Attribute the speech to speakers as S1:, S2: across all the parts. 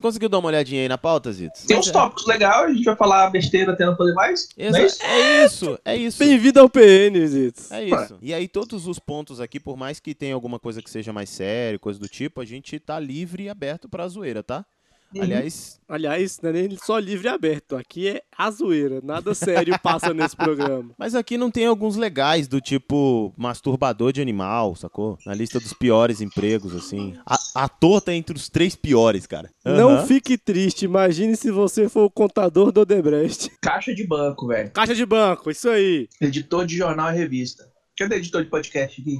S1: Conseguiu dar uma olhadinha aí na pauta, É Zito?
S2: Tem uns tópicos legais, a gente vai falar besteira até não poder mais.
S1: Exa-
S2: não é isso?
S1: É isso, é isso.
S3: Bem-vindo ao PN, Zitz.
S1: É isso. E aí, todos os pontos aqui, por mais que tenha alguma coisa que seja mais séria, coisa do tipo, a gente tá livre e aberto pra zoeira, tá?
S2: Uhum.
S1: Aliás,
S3: Aliás, não é nem só livre e aberto. Aqui é a zoeira. Nada sério passa nesse programa.
S1: mas aqui não tem alguns legais do tipo masturbador de animal, sacou? Na lista dos piores empregos, assim. A, ator tá entre os três piores, cara.
S3: Não
S1: Aham.
S3: fique triste. Imagine se você for o contador do Odebrecht.
S2: Caixa de banco, velho.
S3: Caixa de banco, isso aí.
S2: Editor de jornal e revista. Cadê o editor de podcast aqui?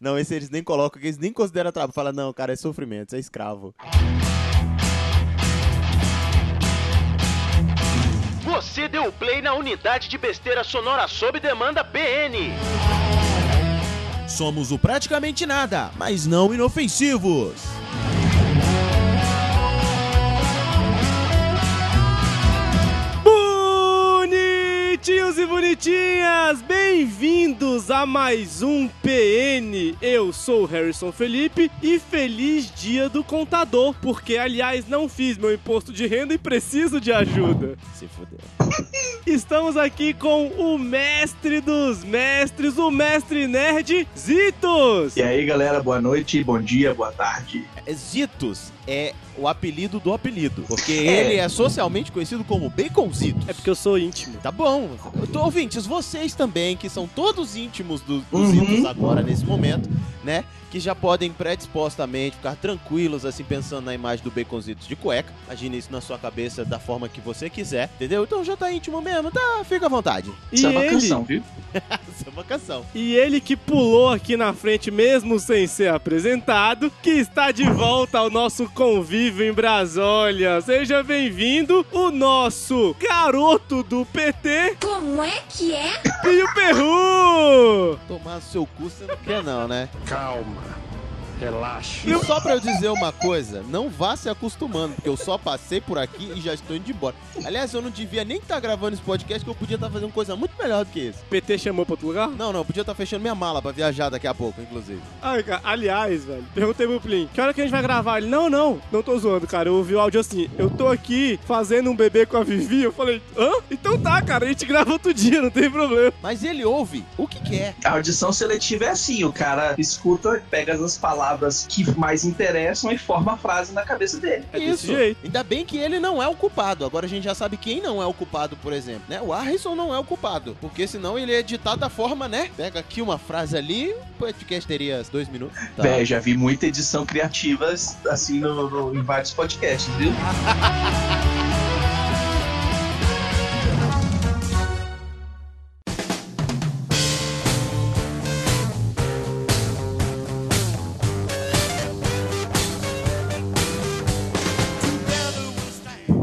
S1: Não, esse eles nem colocam, que eles nem consideram trabalho. Fala, não, cara, é sofrimento, você é escravo.
S4: Você deu play na unidade de besteira sonora sob demanda PN.
S1: Somos o praticamente nada, mas não inofensivos.
S3: Bonitinhos e bonitinhas, bem-vindos a mais um PN. Eu sou o Harrison Felipe e feliz dia do contador, porque aliás não fiz meu imposto de renda e preciso de ajuda.
S1: Se fudeu.
S3: Estamos aqui com o mestre dos mestres, o mestre nerd Zitos.
S2: E aí, galera, boa noite, bom dia, boa tarde.
S1: É, Zitos é o apelido do apelido, porque
S2: É.
S1: ele é socialmente conhecido como Baconzitos.
S3: É porque eu sou íntimo.
S1: Tá bom. Tô, ouvintes, vocês também, que são todos íntimos do- dos
S2: Uhum.
S1: Zitos agora, nesse momento, né? Que já podem predispostamente ficar tranquilos, assim, pensando na imagem do Baconzitos de cueca. Imagine isso na sua cabeça da forma que você quiser, entendeu? Então já tá íntimo mesmo, tá? Fica à vontade.
S3: E
S2: é uma
S3: ele,
S2: canção, viu?
S1: Essa é uma canção.
S3: e ele que pulou aqui na frente mesmo sem ser apresentado, que está de volta ao nosso convívio em Brasília. Seja bem-vindo, o nosso garoto do PT,
S5: Como é que é?
S3: Pinho Perru.
S1: Tomar seu cu você não quer, não, né?
S6: Calma, relaxa.
S1: E só pra eu dizer uma coisa, não vá se acostumando, porque eu só passei por aqui e já estou indo embora. Aliás, eu não devia nem estar gravando esse podcast, que eu podia estar fazendo coisa muito melhor do que isso.
S3: PT chamou pra outro lugar?
S1: Não, não, eu podia estar fechando minha mala pra viajar daqui a pouco, inclusive.
S3: Ai, cara, aliás, velho, perguntei pro Plim, que hora que a gente vai gravar? Ele, não, não, não tô zoando, cara, eu ouvi o áudio assim, eu tô aqui fazendo um bebê com a Vivi, eu falei, hã? Então tá, cara, a gente grava outro dia, não tem problema.
S1: Mas ele ouve o que quer.
S2: A audição seletiva é assim, o cara escuta, pega as palavras que mais interessam e forma a frase na cabeça dele.
S3: É desse jeito.
S1: Ainda bem que ele não é o culpado. Agora a gente já sabe quem não é o culpado, por exemplo, né? O Harrison não é o culpado. Porque senão ele é editado da forma, né? Pega aqui uma frase ali, o podcast teria dois minutos. Tá.
S2: Véi, já vi muita edição criativa assim no, no- em vários podcasts, viu?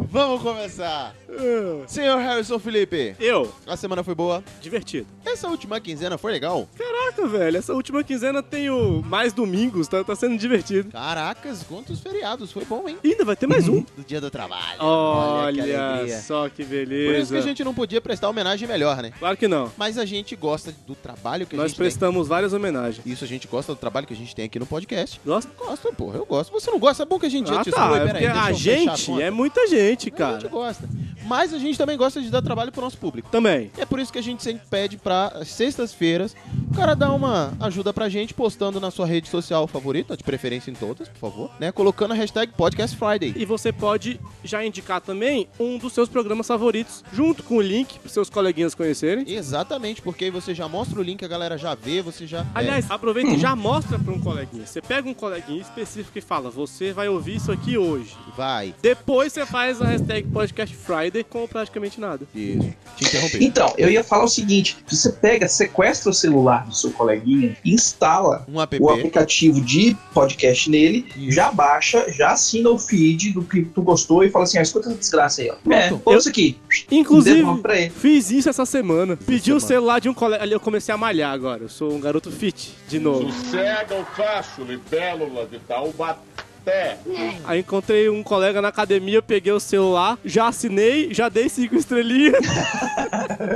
S1: Vamos começar.
S3: Ah,
S1: Senhor Harrison Felipe,
S3: Eu,
S1: a semana foi boa.
S3: divertido.
S1: Essa última quinzena foi legal.
S3: Caraca, velho, essa última quinzena tem o mais domingos, tá, tá sendo divertido.
S1: Caracas, quantos feriados. Foi bom, hein?
S3: E ainda vai ter mais um.
S1: Do dia do trabalho.
S3: Olha,
S1: que alegria.
S3: só que beleza.
S1: Por isso que a gente não podia prestar homenagem melhor, né?
S3: Claro que não,
S1: Mas a gente gosta do trabalho que a
S3: nós
S1: gente
S3: prestamos várias homenagens.
S1: tem. Isso, a gente gosta do trabalho que a gente tem aqui no podcast.
S3: Nossa,
S1: Gosta, porra, eu gosto. Você não gosta? É bom que a gente
S3: ah,
S1: te exclui,
S3: tá, é
S1: peraí,
S3: porque
S1: deixa
S3: a
S1: eu fechar a
S3: gente
S1: conta.
S3: é muita gente,
S1: A
S3: cara.
S1: gente gosta. Mas a gente também gosta de dar trabalho pro nosso público.
S3: Também.
S1: É por isso que a gente sempre pede pra sextas-feiras o cara dar uma ajuda pra gente postando na sua rede social favorita, de preferência em todas, por favor, né? Colocando a hashtag Podcast Friday.
S3: E você pode já indicar também um dos seus programas favoritos, junto com o link para seus coleguinhas
S1: É.
S3: conhecerem.
S1: Exatamente, porque aí você já mostra o link, a galera já vê, você já. é,
S3: Aliás, aproveita e já mostra para um coleguinha. Você pega um coleguinha específico e fala: Você vai ouvir isso aqui hoje.
S1: É, vai.
S3: Depois você faz a hashtag Podcast Friday com praticamente nada.
S1: Isso. Te interromper.
S2: Então, eu ia falar o seguinte: você pega, sequestra o celular do seu coleguinha, instala
S1: Um app.
S2: o aplicativo de podcast nele, já baixa, já assina o feed do que tu gostou e fala assim, ah, escuta essa desgraça aí, ó. É,
S1: Pronto.
S2: ouça aqui.
S3: Inclusive,
S2: Devolve pra ele.
S3: fiz isso essa semana. Pedi o
S1: semana.
S3: celular de um colega. Ali eu comecei a malhar agora. Eu sou um garoto fit, de novo.
S7: Uhum.
S6: Sossega o cacho, libélula de Taubaté.
S3: Aí encontrei um colega na academia, eu peguei o celular, já assinei, já dei cinco estrelinhas.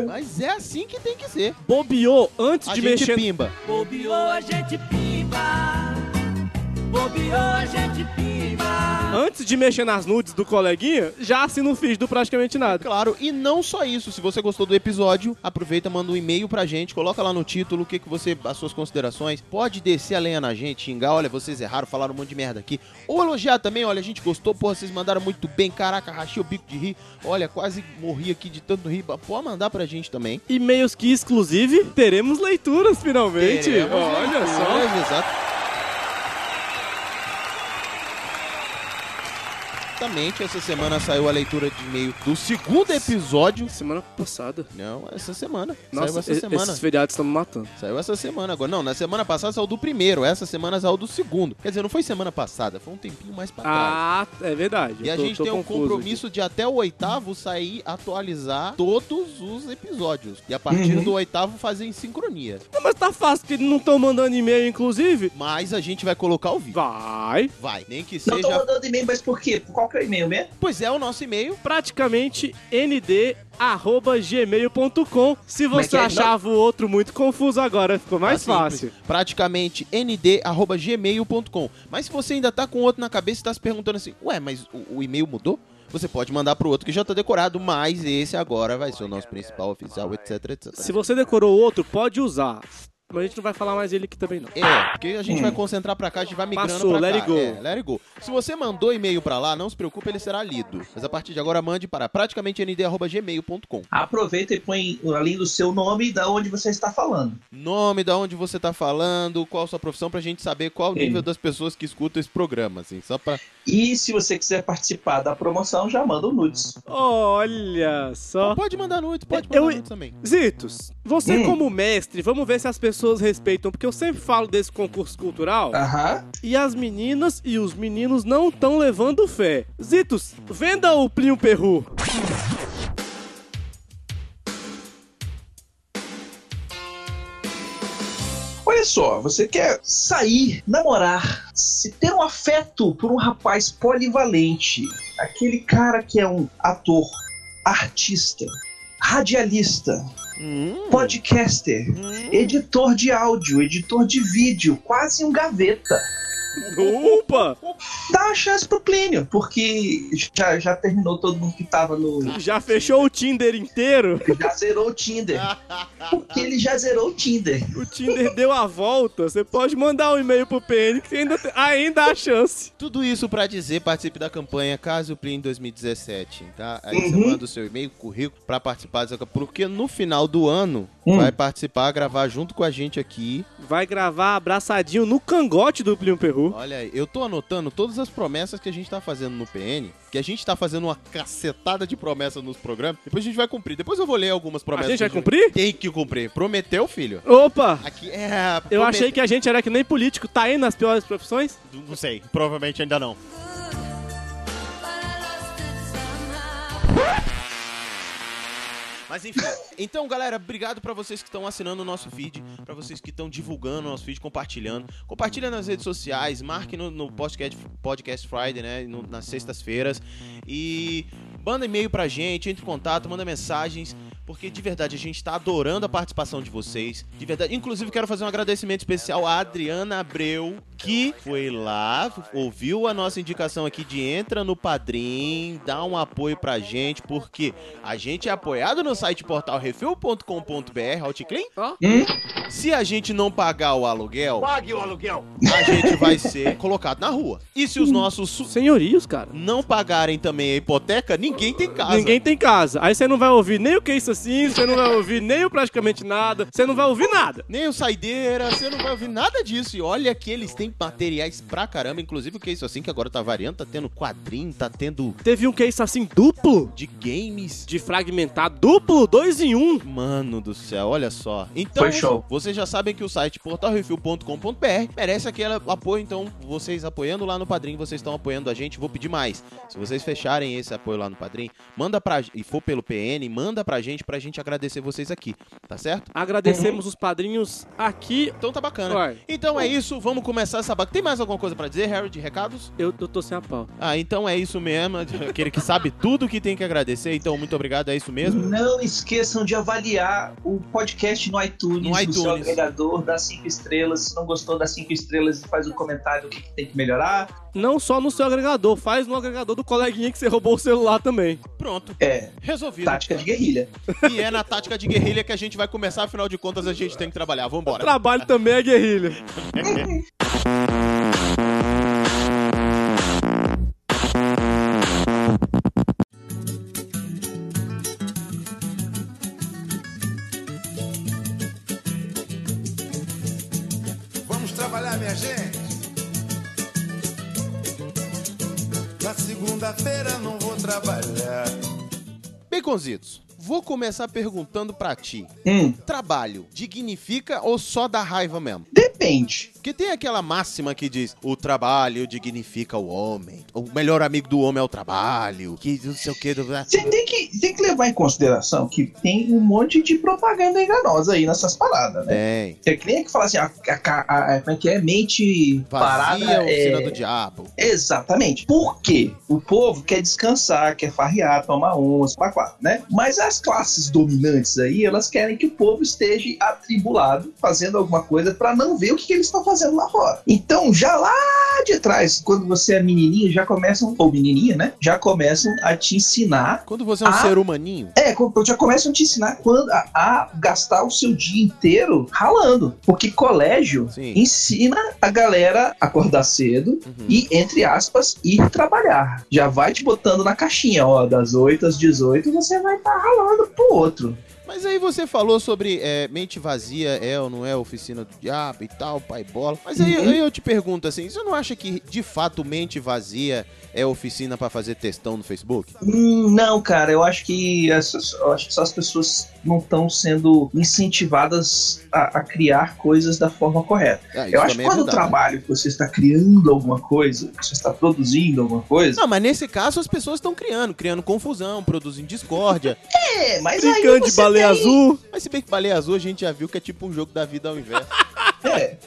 S1: Mas é assim que tem que ser.
S3: Bobeou antes
S1: A
S3: de
S1: gente
S3: mexer.
S1: pimba.
S8: Bobeou, a gente pimba. Bobeou, a gente pimba.
S3: Antes de mexer nas nudes do coleguinha, já assina o feed do Praticamente Nada.
S1: Claro, e não só isso. Se você gostou do episódio, aproveita, manda um e-mail pra gente, coloca lá no título o que, que você, as suas considerações. Pode descer a lenha na gente, xingar, olha, vocês erraram, falaram um monte de merda aqui. Ou elogiar também, olha, a gente gostou, porra, vocês mandaram muito bem, caraca, rachei o bico de rir. Olha, quase morri aqui de tanto rir. Pode mandar pra gente também.
S3: E-mails que, exclusive, teremos leituras finalmente.
S1: Teremos
S3: Olha
S1: leituras,
S3: só.
S1: Exato. Exatamente, essa semana saiu a leitura de e-mail do segundo episódio.
S3: Semana passada.
S1: Não, essa semana. saiu
S3: Nossa,
S1: essa
S3: e-
S1: semana.
S3: esses feriados estão me matando.
S1: Saiu essa semana agora. Não, na semana passada saiu do primeiro, essa semana saiu do segundo. Quer dizer, não foi semana passada, foi um tempinho mais pra trás.
S3: Ah, é verdade.
S1: E
S3: Eu
S1: a
S3: tô-
S1: gente
S3: tô
S1: tem um
S3: confuso
S1: compromisso de até o oitavo sair, atualizar todos os episódios. E a partir
S2: Uhum.
S1: do oitavo fazer em sincronia.
S3: aqui. Não, mas tá fácil, porque não estão mandando e-mail, inclusive.
S1: Mas a gente vai colocar o vídeo.
S3: Vai.
S1: Vai, nem que
S2: Não tô
S1: seja.
S2: mandando e-mail, mas por quê? Por qual que é o e-mail mesmo?
S1: Pois é, o nosso e-mail.
S3: Praticamente nd.gmail.com. Se
S2: Como é
S3: você
S2: que é?
S3: achava o outro muito confuso agora, ficou mais
S1: Tá
S3: fácil.
S1: simples. Praticamente nd.gmail.com. Mas se você ainda tá com outro na cabeça e tá se perguntando assim, ué, mas o, o e-mail mudou? Você pode mandar pro outro que já tá decorado, mas esse agora vai ser o nosso principal oficial, etc, etc.
S3: Se você decorou outro, pode usar. Mas a gente não vai falar mais ele aqui também, não.
S1: É, porque a gente vai concentrar pra cá, a gente vai migrando
S3: Passou,
S1: pra cá.
S3: let it go.
S1: É, let it go. Se você mandou e-mail pra lá, não se preocupe, ele será lido. Mas a partir de agora, mande para praticamente nd.gmail.com.
S2: Aproveita e põe além do seu nome e da onde você está falando.
S1: Nome, da onde você tá falando, qual sua profissão, pra gente saber qual o
S2: Sim.
S1: nível das pessoas que escutam esse programa, assim, só pra...
S2: E se você quiser participar da promoção, já manda o nudes.
S3: Olha só.
S1: Pode mandar nudes, pode
S3: Eu-
S1: mandar nudes também.
S3: Zitos, você
S2: Hum.
S3: como mestre, vamos ver se as pessoas respeitam, porque eu sempre falo desse concurso cultural
S2: Ah. Aham.
S3: e as meninas e os meninos não estão levando fé. Zitos, venda o Plinio Perru.
S2: Olha só, você quer sair, namorar, se ter um afeto por um rapaz polivalente, aquele cara que é um ator, artista, radialista, podcaster, editor de áudio, editor de vídeo, quase um gaveta.
S3: Opa,
S2: Dá a chance pro Plínio, porque já, já terminou todo mundo que tava no.
S3: já fechou o Tinder inteiro?
S2: Já zerou o Tinder. Porque ele já zerou o Tinder.
S3: O Tinder deu a volta. Você pode mandar um e-mail pro PN que ainda, tem- ainda há chance.
S1: Tudo isso pra dizer, participe da campanha Caso Plin 2017, tá? Aí você
S2: Uhum.
S1: manda o seu e-mail, currículo, pra participar dessa campanha. Porque no final do ano,
S2: Hum.
S1: vai participar, gravar junto com a gente aqui.
S3: Vai gravar abraçadinho no cangote do Plinio Perru.
S1: Olha aí, eu tô anotando todas as promessas que a gente tá fazendo no PN, que a gente tá fazendo uma cacetada de promessas nos programas. Depois a gente vai cumprir. Depois eu vou ler algumas
S3: A
S1: promessas.
S3: gente vai
S1: que
S3: cumprir?
S1: Tem que cumprir. Prometeu, filho?
S3: Opa!
S1: Aqui é.
S3: Eu achei que a gente era que nem político, tá aí nas piores profissões?
S1: Não sei, provavelmente ainda não. Mas enfim. então, galera, obrigado pra vocês que estão assinando o nosso feed, pra vocês que estão divulgando o nosso feed, compartilhando. Compartilha nas redes sociais, marque no, no podcast, podcast Friday, né? no- nas sextas-feiras. E manda e-mail pra gente, entre em contato, manda mensagens. Porque de verdade a gente tá adorando a participação de vocês. De verdade, inclusive quero fazer um agradecimento especial à Adriana Abreu, que foi lá, ouviu a nossa indicação aqui de entra no Padrim, dá um apoio pra gente, porque a gente é apoiado no site portal refil.com.br, Outclean.
S2: Hum?
S1: Se a gente não pagar o aluguel,
S4: Pague o aluguel.
S1: a gente vai ser colocado na rua. E se os nossos su-
S3: Senhorios, cara.
S1: não pagarem também a hipoteca, ninguém tem casa.
S3: Ninguém tem casa. Aí você não vai ouvir nem o que é isso assim, você não vai ouvir nem o praticamente nada, você não vai ouvir nada.
S1: Nem o Saideira, você não vai ouvir nada disso. E olha que eles têm materiais pra caramba. Inclusive, o que é isso assim que agora tá variando? Tá tendo quadrinho, tá tendo
S3: Teve um que é isso assim duplo,
S1: de games.
S3: de fragmentar duplo, dois em um.
S1: Mano do céu, olha só. Então,
S2: Foi show.
S1: vocês já sabem que o site portalrefil.com.br merece aquele apoio, então vocês apoiando lá no Padrim, vocês estão apoiando a gente, vou pedir mais. Se vocês fecharem esse apoio lá no Padrim, manda pra e for pelo PN, manda pra gente suficiente pra gente agradecer vocês aqui, tá certo?
S3: Agradecemos os padrinhos aqui.
S1: Então tá
S2: Né?
S1: bacana.
S3: Uai.
S1: Então é isso, vamos começar essa bagunça. Tem mais alguma coisa pra dizer, Harry, de recados?
S3: Eu, eu tô sem a pau.
S1: Ah, então é isso mesmo. Aquele que sabe tudo que tem que agradecer, então muito obrigado, é isso mesmo.
S2: Não esqueçam de avaliar o podcast no iTunes,
S1: No
S2: no, seu
S1: iTunes.
S2: agregador, dá cinco estrelas. Se não gostou, dá cinco estrelas e faz um comentário o que, que tem que melhorar.
S3: Não só no seu agregador, faz no agregador do coleguinha que você roubou o celular também.
S1: Pronto,
S2: É,
S1: resolvido.
S2: tática de guerrilha.
S1: E é na tática de guerrilha que a gente vai começar, afinal de contas a gente tem que trabalhar. Vambora.
S3: Trabalho também é guerrilha.
S5: Vamos trabalhar, minha gente. Na segunda-feira não vou trabalhar.
S1: Baconzitos, vou começar perguntando pra ti.
S2: Hum,
S1: Trabalho dignifica ou só dá raiva mesmo?
S2: depende.
S1: Porque tem aquela máxima que diz: o trabalho dignifica o homem, o melhor amigo do homem é o trabalho, que não sei o que.
S2: Você tem que, tem que levar em consideração que tem um monte de propaganda enganosa aí nessas paradas, né?
S1: Tem.
S2: É que nem que fala assim, a, a- a- a- como é que é? Mente
S1: Vazia
S2: parada.
S1: oficina
S2: é-
S1: do diabo.
S2: Exatamente. Por quê? O povo quer descansar, quer farrear, tomar onça, pá, pá, né? Mas as classes dominantes aí, elas querem que o povo esteja atribulado, fazendo alguma coisa pra não ver o que, que eles estão fazendo lá fora. Então, já lá de trás, quando você é menininho, já começam, ou menininha, né? Já começam a te ensinar.
S1: Quando você é um
S2: Ah.
S1: ser humaninho,
S2: É, co- já começam a te ensinar quando a, a gastar o seu dia inteiro ralando. Porque colégio
S1: sim.
S2: ensina a galera a acordar cedo,
S1: Uhum.
S2: e, entre aspas, ir trabalhar. Já vai te botando na caixinha, ó, das 8 às 18, você vai estar ralando pro outro.
S1: Mas aí você falou sobre é, mente vazia, é ou não é oficina do diabo e tal, pai bola. Mas aí,
S2: Uhum.
S1: aí eu te pergunto assim, você não acha que de fato mente vazia é oficina pra fazer textão no Facebook?
S2: Hum, não, cara, eu acho que essas, eu acho que só as pessoas não estão sendo incentivadas a, a criar coisas da forma correta.
S1: Ah, isso
S2: eu acho que
S1: também
S2: quando o
S1: verdade.
S2: trabalho que você está criando alguma coisa, que você está produzindo alguma coisa,
S1: Não, mas nesse caso as pessoas estão criando, criando confusão, produzindo discórdia.
S2: é, mas aí
S3: Brincando de
S2: você
S3: baleia
S2: tem-
S3: azul.
S1: mas se bem que baleia azul a gente já viu que é tipo um jogo da vida ao invés.
S2: É.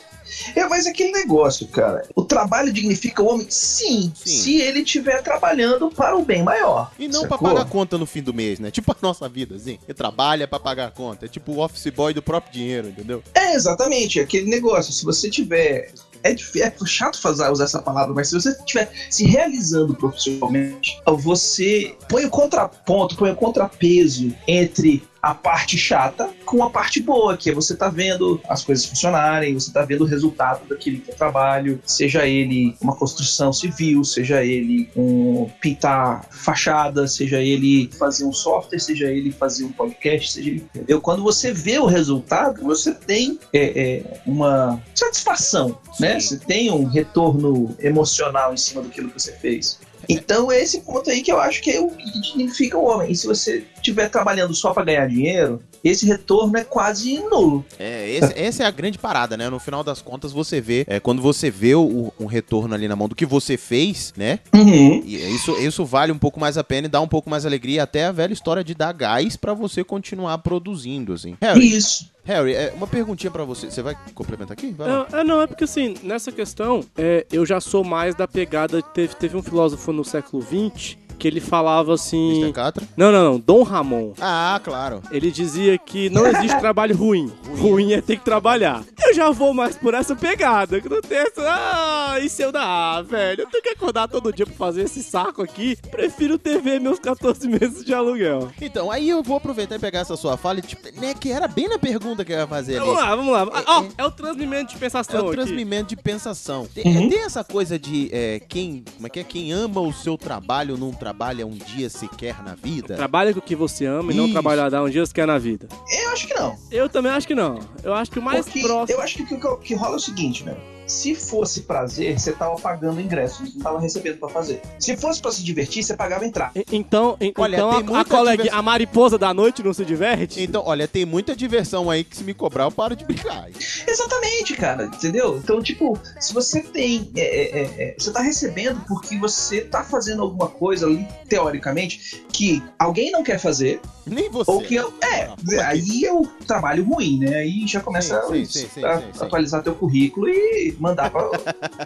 S2: É, mas aquele negócio, cara. O trabalho dignifica o homem, sim,
S1: Sim.
S2: se ele estiver trabalhando para o bem maior.
S1: E não pra
S2: sacou?
S1: pagar conta no fim do mês, né? Tipo a nossa vida, assim. Você trabalha pra pagar conta. É tipo o office boy do próprio dinheiro, entendeu?
S2: É, exatamente, é aquele negócio. Se você tiver. É, difí- é chato fazer, usar essa palavra, mas se você estiver se realizando profissionalmente, você põe o contraponto, põe o contrapeso entre a parte chata com a parte boa, que é você tá vendo as coisas funcionarem, você tá vendo o resultado daquele teu trabalho, seja ele uma construção civil, seja ele um pintar fachada, seja ele fazer um software, seja ele fazer um podcast, seja ele. Entendeu? Quando você vê o resultado, você tem é, é, uma satisfação, né? Você tem um retorno emocional em cima daquilo que você fez. Então é esse ponto aí que eu acho que é o que dignifica o homem. E se você estiver trabalhando só para ganhar dinheiro, esse retorno é quase nulo.
S1: É, esse- essa é a grande parada, né? No final das contas, você vê. É, quando você vê o, um retorno ali na mão do que você fez, né?
S2: Uhum.
S1: E isso, isso vale um pouco mais a pena e dá um pouco mais alegria. Até a velha história de dar gás pra você continuar produzindo, assim.
S3: É
S1: Harry,
S2: É Isso.
S1: Harry é, uma perguntinha pra você. Você vai complementar aqui?
S2: Ah.
S1: Vai lá.
S3: Não, é, não, é porque assim, nessa questão, é, eu já sou mais da pegada. Teve, teve um filósofo no século XX que ele falava assim.
S1: Mr. Catra?
S3: Não, não, não, Dom Ramon.
S1: Ah, claro.
S3: Ele dizia que não existe trabalho ruim. Ruim é ter que trabalhar. Eu já vou mais por essa pegada. Que não tem essa. Ah, isso eu dá, velho. Eu tenho que acordar todo dia pra fazer esse saco aqui. Prefiro TV meus 14 meses de aluguel.
S1: Então, aí eu vou aproveitar e pegar essa sua fala, e, tipo, né, que era bem na pergunta que eu ia fazer ali.
S3: Vamos lá, vamos lá. Ah, Ó, é o transmimento de
S1: É
S3: pensação
S1: o
S3: aqui.
S1: transmimento de pensação. Tem, é,
S2: Uhum.
S1: tem essa coisa de é, quem, como é que é? Quem ama o seu trabalho não trabalha um dia sequer na vida.
S3: Trabalha com o que você ama e não
S1: Isso.
S3: trabalhará um dia sequer na vida.
S2: Eu acho que não.
S3: Eu também acho que não. Eu acho que o mais
S2: Porque
S3: próximo.
S2: Eu acho que o que, que rola é o seguinte, velho. Se fosse prazer, você tava pagando ingresso, você não tava recebendo pra fazer. Se fosse pra se divertir, você pagava entrar.
S3: E- Então, en-
S1: Olha,
S3: então
S1: tem
S3: a- a,
S1: muita
S3: colega,
S1: diversão.
S3: a mariposa da noite não se diverte?
S1: Então, olha, tem muita diversão aí que se me cobrar eu paro de brincar.
S2: Exatamente, cara, entendeu? Então, tipo, se você tem. é, é, é, é, você tá recebendo porque você tá fazendo alguma coisa ali, teoricamente, que alguém não quer fazer,
S1: Nem você.
S2: ou que eu. É,
S1: Ah, pô,
S2: aí é o trabalho ruim, né? Aí já começa
S1: Sim, sim, sim,
S2: a,
S1: sim, sim, sim.
S2: atualizar teu currículo e mandar pra,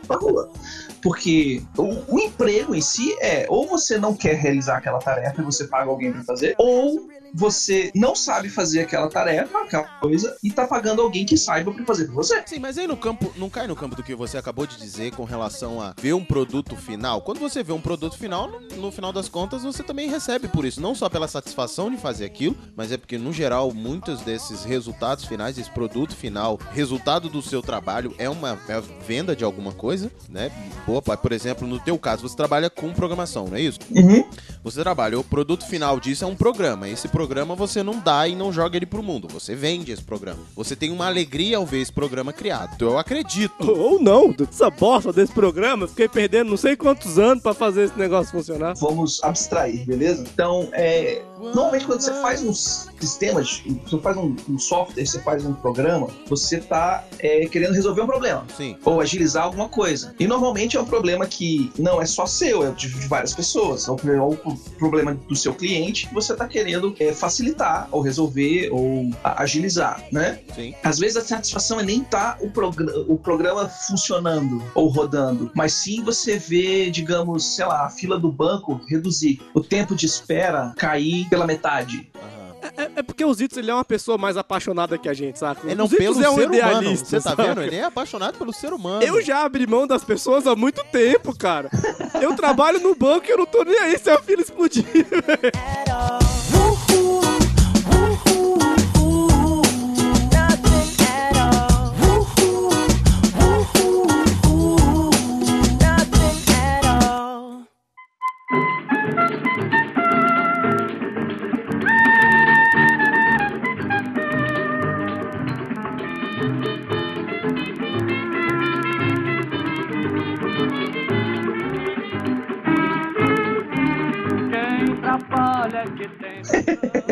S2: pra rua. Porque o, o emprego em si é ou você não quer realizar aquela tarefa e você paga alguém pra fazer, ou você não sabe fazer aquela tarefa, aquela coisa, e tá pagando alguém que saiba pra fazer pra você.
S1: Sim, mas aí no campo, não cai no campo do que você acabou de dizer com relação a ver um produto final. Quando você vê um produto final, no, no final das contas, você também recebe por isso. Não só pela satisfação de fazer aquilo, mas é porque, no geral, muitos desses resultados finais, esse produto final, resultado do seu trabalho, é uma é a venda de alguma coisa, né? Boa, parte- por exemplo, no teu caso, você trabalha com programação, não é isso? Você trabalha, o produto final disso é um programa. Esse programa você não dá e não joga ele pro mundo. Você vende esse programa. Você tem uma alegria ao ver esse programa criado. Eu acredito.
S3: Ou ou não, essa bosta desse programa, fiquei perdendo não sei quantos anos pra fazer esse negócio funcionar.
S2: Vamos abstrair, beleza? Então, é, Normalmente quando você faz um sistema, de- você faz um, um software, você faz um programa, você tá é, querendo resolver um problema.
S1: Sim.
S2: ou agilizar alguma coisa. E normalmente é um problema que não é só seu, é de, de várias pessoas. É um, pro- é um problema do seu cliente que você está querendo é, facilitar, ou resolver, ou a- agilizar, né?
S1: Sim.
S2: Às vezes a satisfação é nem tá o, progra- o programa funcionando ou rodando, mas sim você vê, digamos, sei lá, a fila do banco reduzir, o tempo de espera cair pela metade.
S1: Aham.
S3: É, é porque o Zitos ele é uma pessoa mais apaixonada que a gente, saca?
S1: É não
S3: o Zitos
S1: pelo
S3: é um
S1: ser humano.
S3: idealista.
S1: Você tá
S3: saca?
S1: vendo? Ele é apaixonado pelo ser humano.
S3: Eu já abri mão das pessoas há muito tempo, cara. Eu trabalho no banco e eu não tô nem aí se a filha explodir.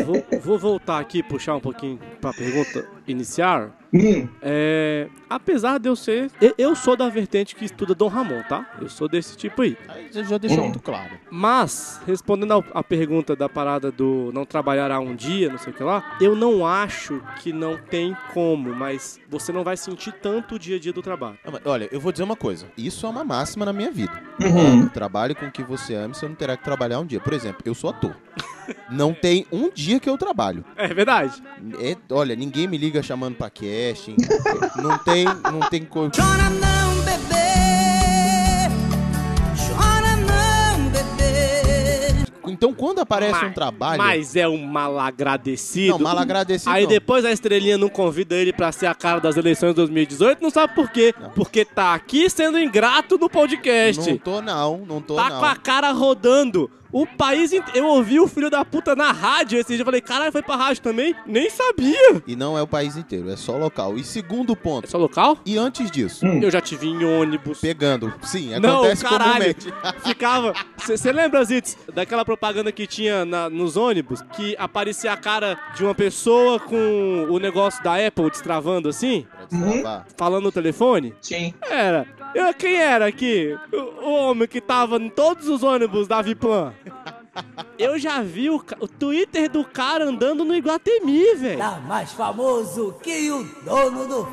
S3: Vou, vou voltar aqui e puxar um pouquinho pra pergunta iniciar.
S2: Hum,
S3: É, apesar de eu ser. eu- Eu sou da vertente que estuda Dom Ramon, tá? Eu sou desse tipo aí.
S1: Aí você já deixou
S2: Hum.
S1: muito claro.
S3: Mas, respondendo ao- a pergunta da parada do não trabalhará um dia, não sei o que lá, eu não acho que não tem como, mas você não vai sentir tanto o dia a dia do trabalho.
S1: Não, Ah, mas Olha, eu vou dizer uma coisa. Isso é uma máxima na minha vida.
S2: uhum.
S1: Trabalhe com o que você ama, você não terá que trabalhar um dia. Por exemplo, eu sou ator. Não tem um dia que eu trabalho.
S3: É verdade.
S1: É, olha, ninguém me liga chamando pra casting. não tem, não tem coisa.
S8: Chora não, bebê. Chora não, bebê.
S1: Então, quando aparece
S3: Mas-
S1: um trabalho.
S3: Mas é um mal agradecido.
S1: Não, mal agradecido.
S3: Aí
S1: não.
S3: depois a estrelinha não convida ele pra ser a cara das eleições de 2018, não sabe por quê. Porque tá aqui sendo ingrato no podcast.
S1: Não tô, não, não tô,
S3: tá
S1: não.
S3: com a cara rodando. O país inteiro. Eu ouvi o filho da puta na rádio esse dia. Eu falei, caralho, foi pra rádio também? Nem sabia.
S1: E não é o país inteiro, é só local. E segundo
S3: É
S1: ponto,
S3: só local?
S1: e antes disso,
S2: Hum.
S3: Eu já te vi em ônibus.
S1: pegando. Sim,
S3: Não,
S1: acontece
S3: caralho.
S1: comumente.
S3: Ficava. Você lembra, Zitz, daquela propaganda que tinha na- nos ônibus? Que aparecia a cara de uma pessoa com o negócio da Apple destravando assim?
S1: Pra
S2: Uhum.
S1: destravar.
S3: Falando no telefone?
S2: Sim.
S3: Era. Eu- quem era aqui? O, o homem que tava em todos os ônibus da Viplan. Eu já vi o, ca- o Twitter do cara andando no Iguatemi, velho.
S9: Tá mais famoso que o dono do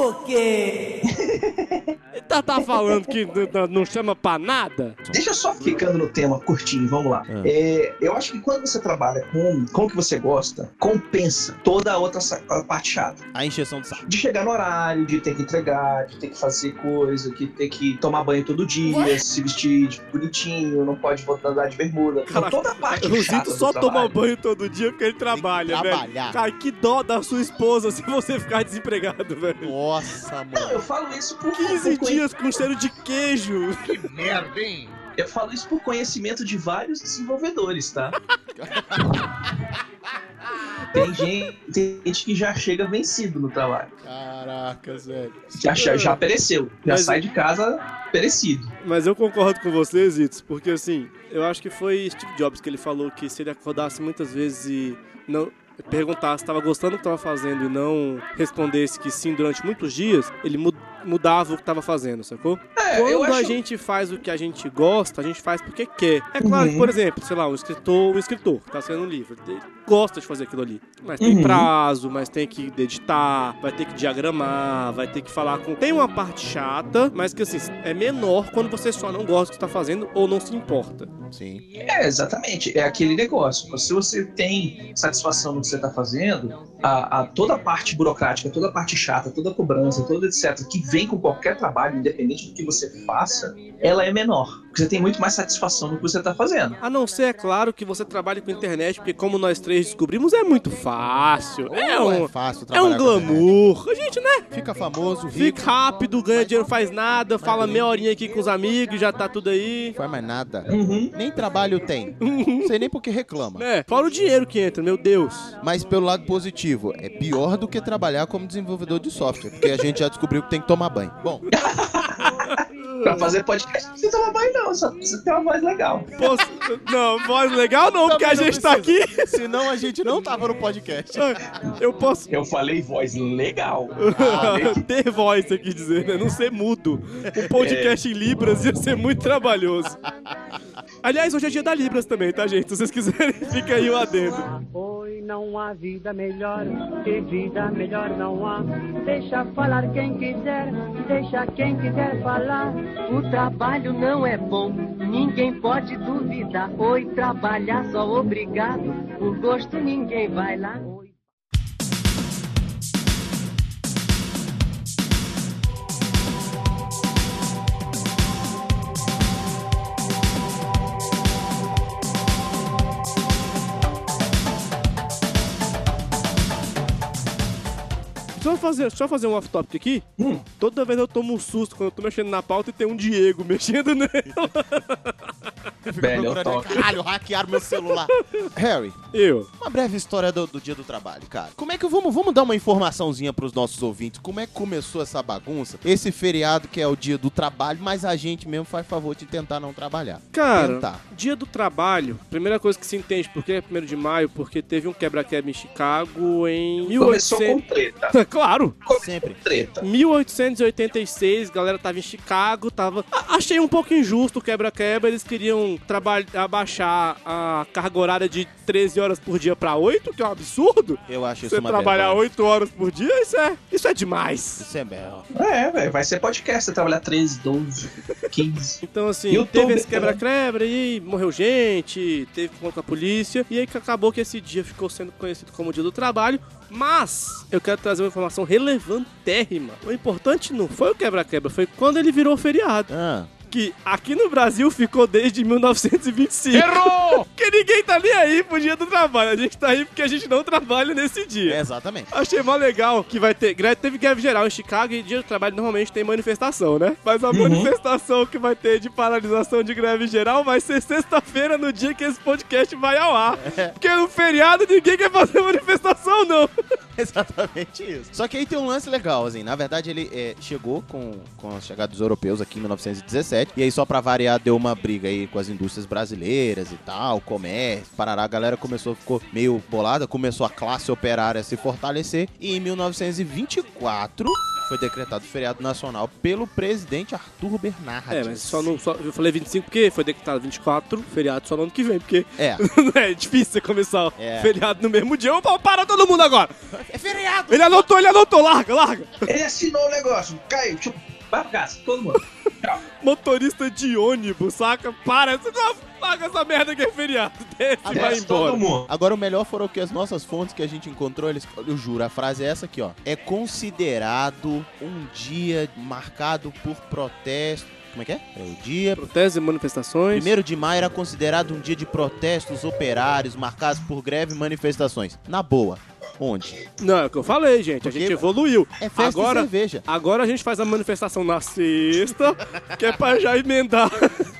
S9: Facebook.
S3: Ele Tá, tá falando que n- n- não chama pra nada?
S2: Deixa eu só ficando no tema curtinho, vamos lá.
S3: Ah.
S2: É, eu acho que quando você trabalha com, com o que você gosta, compensa toda a outra sa- a parte chata.
S1: A injeção de saco.
S2: De chegar no horário, de ter que entregar, de ter que fazer coisa, de ter que tomar banho todo dia, se vestir de bonitinho, não pode voltar a andar de bermuda. Então,
S3: Caraca,
S2: toda a parte
S3: O
S2: chata
S3: Zito
S2: do
S3: só toma
S2: trabalho-
S3: banho todo dia porque ele trabalha, velho.
S1: trabalhar.
S3: Cara, que dó da sua esposa se você ficar desempregado, velho.
S1: Nossa,
S2: Não,
S1: mano.
S2: eu falo isso por
S3: 15
S2: por-
S3: dias com cheiro de queijo.
S6: Que merda, hein?
S2: Eu falo isso por conhecimento de vários desenvolvedores, tá? tem, gente, tem gente que já chega vencido no trabalho.
S1: Caracas, velho.
S2: Já, já, já pereceu. Já
S3: Mas-
S2: sai de casa perecido.
S3: Mas eu concordo com você, Zitos, porque assim, eu acho que foi Steve Jobs que ele falou que se ele acordasse muitas vezes e não perguntasse se estava gostando do que estava fazendo e não respondesse que sim durante muitos dias, ele mu- mudava o que estava fazendo, sacou?
S2: É, eu
S3: Quando
S2: acho.
S3: a gente faz o que a gente gosta, a gente faz porque quer. É claro
S2: Uhum.
S3: que, por exemplo, sei lá, um escritor, um escritor que tá sendo um livro, ele gosta de fazer aquilo ali. Mas tem
S2: Uhum.
S3: prazo, mas tem que editar, vai ter que diagramar, vai ter que falar com. Tem uma parte chata, mas que assim, é menor quando você só não gosta do que tá fazendo ou não se importa.
S1: Sim.
S2: É, exatamente. É aquele negócio. Se você tem satisfação no que você está fazendo, a, a toda a parte burocrática, toda a parte chata, toda a cobrança, toda etc., que vem com qualquer trabalho, independente do que você faça, ela é menor. Porque você tem muito mais satisfação no que você está fazendo.
S3: A não ser, é claro, que você trabalhe com internet, porque como nós três descobrimos, é muito fácil. É
S1: Ou
S3: um.
S1: fácil
S3: É um
S1: trabalhar com internet.
S3: glamour. A gente, né?
S1: Fica famoso, rico,
S3: Fica rápido, ganha dinheiro, faz nada, fala meia horinha aqui com os amigos, já tá tudo aí.
S1: não faz mais nada.
S2: Uhum.
S1: Nem trabalho tem.
S3: Uhum.
S1: Sei nem por que reclama.
S3: É, fora o dinheiro que entra, meu Deus.
S1: Mas pelo lado positivo, é pior do que trabalhar como desenvolvedor de software, porque a gente já descobriu que tem que tomar banho. Bom,
S2: Pra fazer podcast, não precisa tomar banho, não. Só precisa ter uma voz legal.
S3: Posso... Não, voz legal não, porque a
S1: Também não
S3: gente tá aqui.
S1: senão a gente não tava no podcast.
S3: Ah, Eu posso
S2: Eu falei voz legal. Ah,
S3: ter voz, você quis dizer, né? Não ser mudo. Um podcast em Libras ia ser muito trabalhoso. Aliás, hoje é dia da Libras também, tá, gente? Se vocês quiserem, fica aí o adendo.
S10: Oi, não há vida melhor, que vida melhor não há. Deixa falar quem quiser, deixa quem quiser falar. O trabalho não é bom, ninguém pode duvidar. Oi, trabalhar só obrigado, por gosto ninguém vai lá. Oi.
S3: Só fazer, só fazer um off-topic aqui.
S2: Hum.
S3: Toda vez eu tomo um susto quando eu tô mexendo na pauta e tem um Diego mexendo nela.
S2: Velho, é eu toco.
S1: Caralho, hackearam meu celular. Harry,
S3: Eu.
S1: uma breve história do, do dia do trabalho, cara. Como é que vamos, vamos dar uma informaçãozinha pros nossos ouvintes? Como é que começou essa bagunça? Esse feriado que é o dia do trabalho, mas a gente mesmo faz favor de tentar não trabalhar.
S3: Cara,
S1: Tentar.
S3: dia do trabalho, primeira coisa que se entende por que é 1 de maio, porque teve um quebra-quebra em Chicago em
S2: Começou com
S3: 1800.
S2: treta.
S3: claro!
S1: Sempre.
S2: Treta.
S3: 1886, galera tava em Chicago, tava. A- Achei um pouco injusto o quebra-quebra, eles queriam trabalhar, abaixar a carga horária de 13 horas por dia pra 8, que é um absurdo.
S1: Eu acho isso
S3: Você
S1: uma
S3: trabalhar
S1: vergonha.
S3: 8 horas por dia, isso é, isso é demais.
S1: Isso é merda.
S2: É, velho. Vai ser podcast. Você trabalhar 13, 12, 15.
S3: Então, assim,
S2: YouTube,
S3: teve esse
S2: né?
S3: quebra-quebra e morreu gente, teve contra a polícia, e aí que acabou que esse dia ficou sendo conhecido como o Dia do Trabalho. Mas eu quero trazer uma informação relevantérrima. O importante não foi o quebra-quebra, foi quando ele virou feriado.
S1: Ah,
S3: Que aqui no Brasil ficou desde 1925.
S6: Errou!
S3: Porque ninguém tá nem aí pro Dia do Trabalho. A gente tá aí porque a gente não trabalha nesse dia.
S1: exatamente.
S3: Achei mó legal que vai ter. greve- Teve greve geral em Chicago e dia do trabalho normalmente tem manifestação, né? Mas a manifestação que vai ter de paralisação de greve geral vai ser sexta-feira, no dia que esse podcast vai ao ar. Porque no feriado ninguém quer fazer manifestação, não.
S1: Exatamente isso. Só que aí tem um lance legal, assim. Na verdade, ele é, chegou com, com a chegada dos europeus aqui em 1917. E aí, só pra variar, deu uma briga aí com as indústrias brasileiras e tal, comércio, parará. A galera começou, ficou meio bolada, começou a classe operária a se fortalecer. E em 1924 foi decretado feriado nacional pelo presidente Arthur Bernardes.
S3: É, mas só não. Só, eu falei 25 porque foi decretado 24, feriado só no ano que vem, porque
S1: É.
S3: é difícil você começar
S1: É.
S3: feriado no mesmo dia. Opa, para todo mundo agora!
S1: É feriado!
S3: Ele anotou, ele anotou, larga, larga!
S2: Ele assinou o negócio, caiu, tipo, vai pra casa, todo mundo.
S3: motorista de ônibus, saca? Para, você não paga essa merda que é feriado. Desce e vai
S2: Desce
S3: embora.
S2: Todo mundo.
S1: Agora, o melhor foram que as nossas fontes que a gente encontrou, eles, eu juro, a frase é essa aqui, ó. É considerado um dia marcado por protesto. Como é que é? É o dia.
S3: Protestos e manifestações.
S1: Primeiro de maio era considerado um dia de protestos operários marcados por greve e manifestações. Na boa. Onde?
S3: Não, é o que eu falei, gente. A
S1: Porque-
S3: gente evoluiu.
S1: É festa e
S3: Agora,
S1: cerveja.
S3: agora a gente faz a manifestação na sexta, que é pra já emendar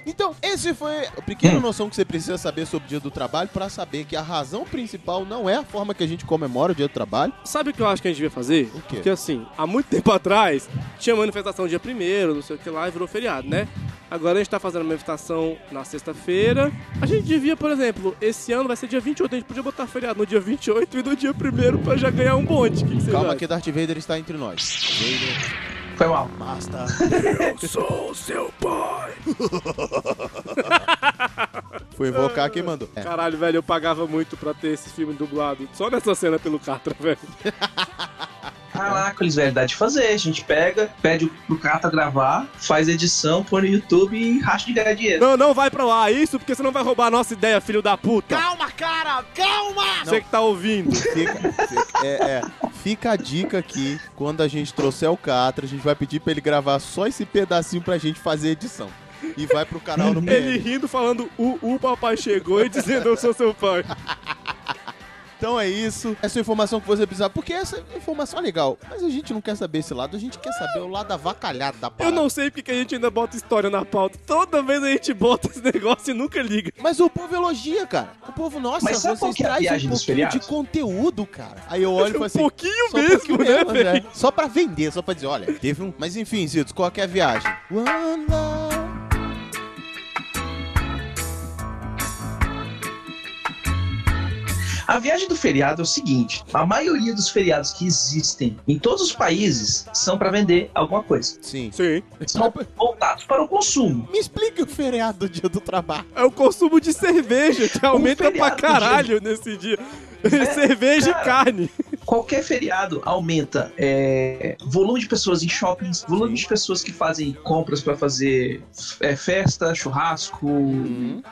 S1: Então, esse foi a pequena noção que você precisa saber sobre o Dia do Trabalho para saber que a razão principal não é a forma que a gente comemora o Dia do Trabalho.
S3: Sabe o que eu acho que a gente devia fazer?
S1: O quê?
S3: Porque assim, há muito tempo atrás, tinha manifestação dia primeiro, não sei o que lá, e virou feriado, né? Agora a gente tá fazendo a manifestação na sexta-feira. A gente devia, por exemplo, esse ano vai ser dia 28, a gente podia botar feriado no dia 28 e no dia primeiro pra já ganhar um bonde. O que que vocês
S1: Calma
S3: acham?
S1: que Darth Vader está entre nós. Vader,
S2: Foi mal.
S1: Master.
S3: Eu sou seu pai.
S1: Fui invocar quem mandou. É.
S3: Caralho, velho, eu pagava muito pra ter esse filme dublado. Só nessa cena pelo Catra, velho.
S2: Caraca, eles velho, dá de fazer. A gente pega, pede pro Cata gravar, faz edição, põe no YouTube e racha de ganhar dinheiro.
S3: Não, não vai pra lá, isso porque você não vai roubar a nossa ideia, filho da puta. Calma, cara, calma! Você que tá ouvindo.
S1: Fica, fica- é, é. Fica a dica aqui, quando a gente trouxer o Catra, a gente vai pedir pra ele gravar só esse pedacinho pra gente fazer edição. E vai pro canal no
S3: Ele
S1: PL.
S3: rindo, falando, o, o papai chegou e dizendo, eu sou seu pai.
S1: Então é isso. Essa é a informação que você precisava. Porque essa informação é legal. Mas a gente não quer saber esse lado. A gente quer saber o lado avacalhado da
S3: Eu
S1: parada.
S3: não sei porque que a gente ainda bota história na pauta. Toda vez a gente bota esse negócio e nunca liga.
S1: Mas o povo elogia, cara. O povo, nossa,
S2: Mas sabe qual
S1: vocês
S2: que é a
S1: trazem um
S2: viagem dos
S1: pouquinho de
S2: feriados?
S1: conteúdo, cara. Aí eu olho e falo
S3: um
S1: assim...
S3: pouquinho
S1: só um
S3: mesmo,
S1: pouquinho
S3: né,
S1: menos,
S3: velho?
S1: é. Só pra vender, só pra dizer, olha, teve um... Mas enfim, Zitos, qual que é a viagem? One love.
S2: A viagem do feriado é o seguinte: a maioria dos feriados que existem em todos os países são pra vender alguma coisa.
S1: Sim.
S3: Sim.
S2: São voltados para o consumo.
S1: Me explica o feriado do dia do trabalho.
S3: É o consumo de cerveja que aumenta pra
S2: Um feriado, É,
S3: caralho nesse dia. cerveja e
S2: cara.
S3: carne.
S2: Qualquer feriado aumenta é, volume de pessoas em shoppings, volume de pessoas que fazem compras pra fazer é, festa, churrasco,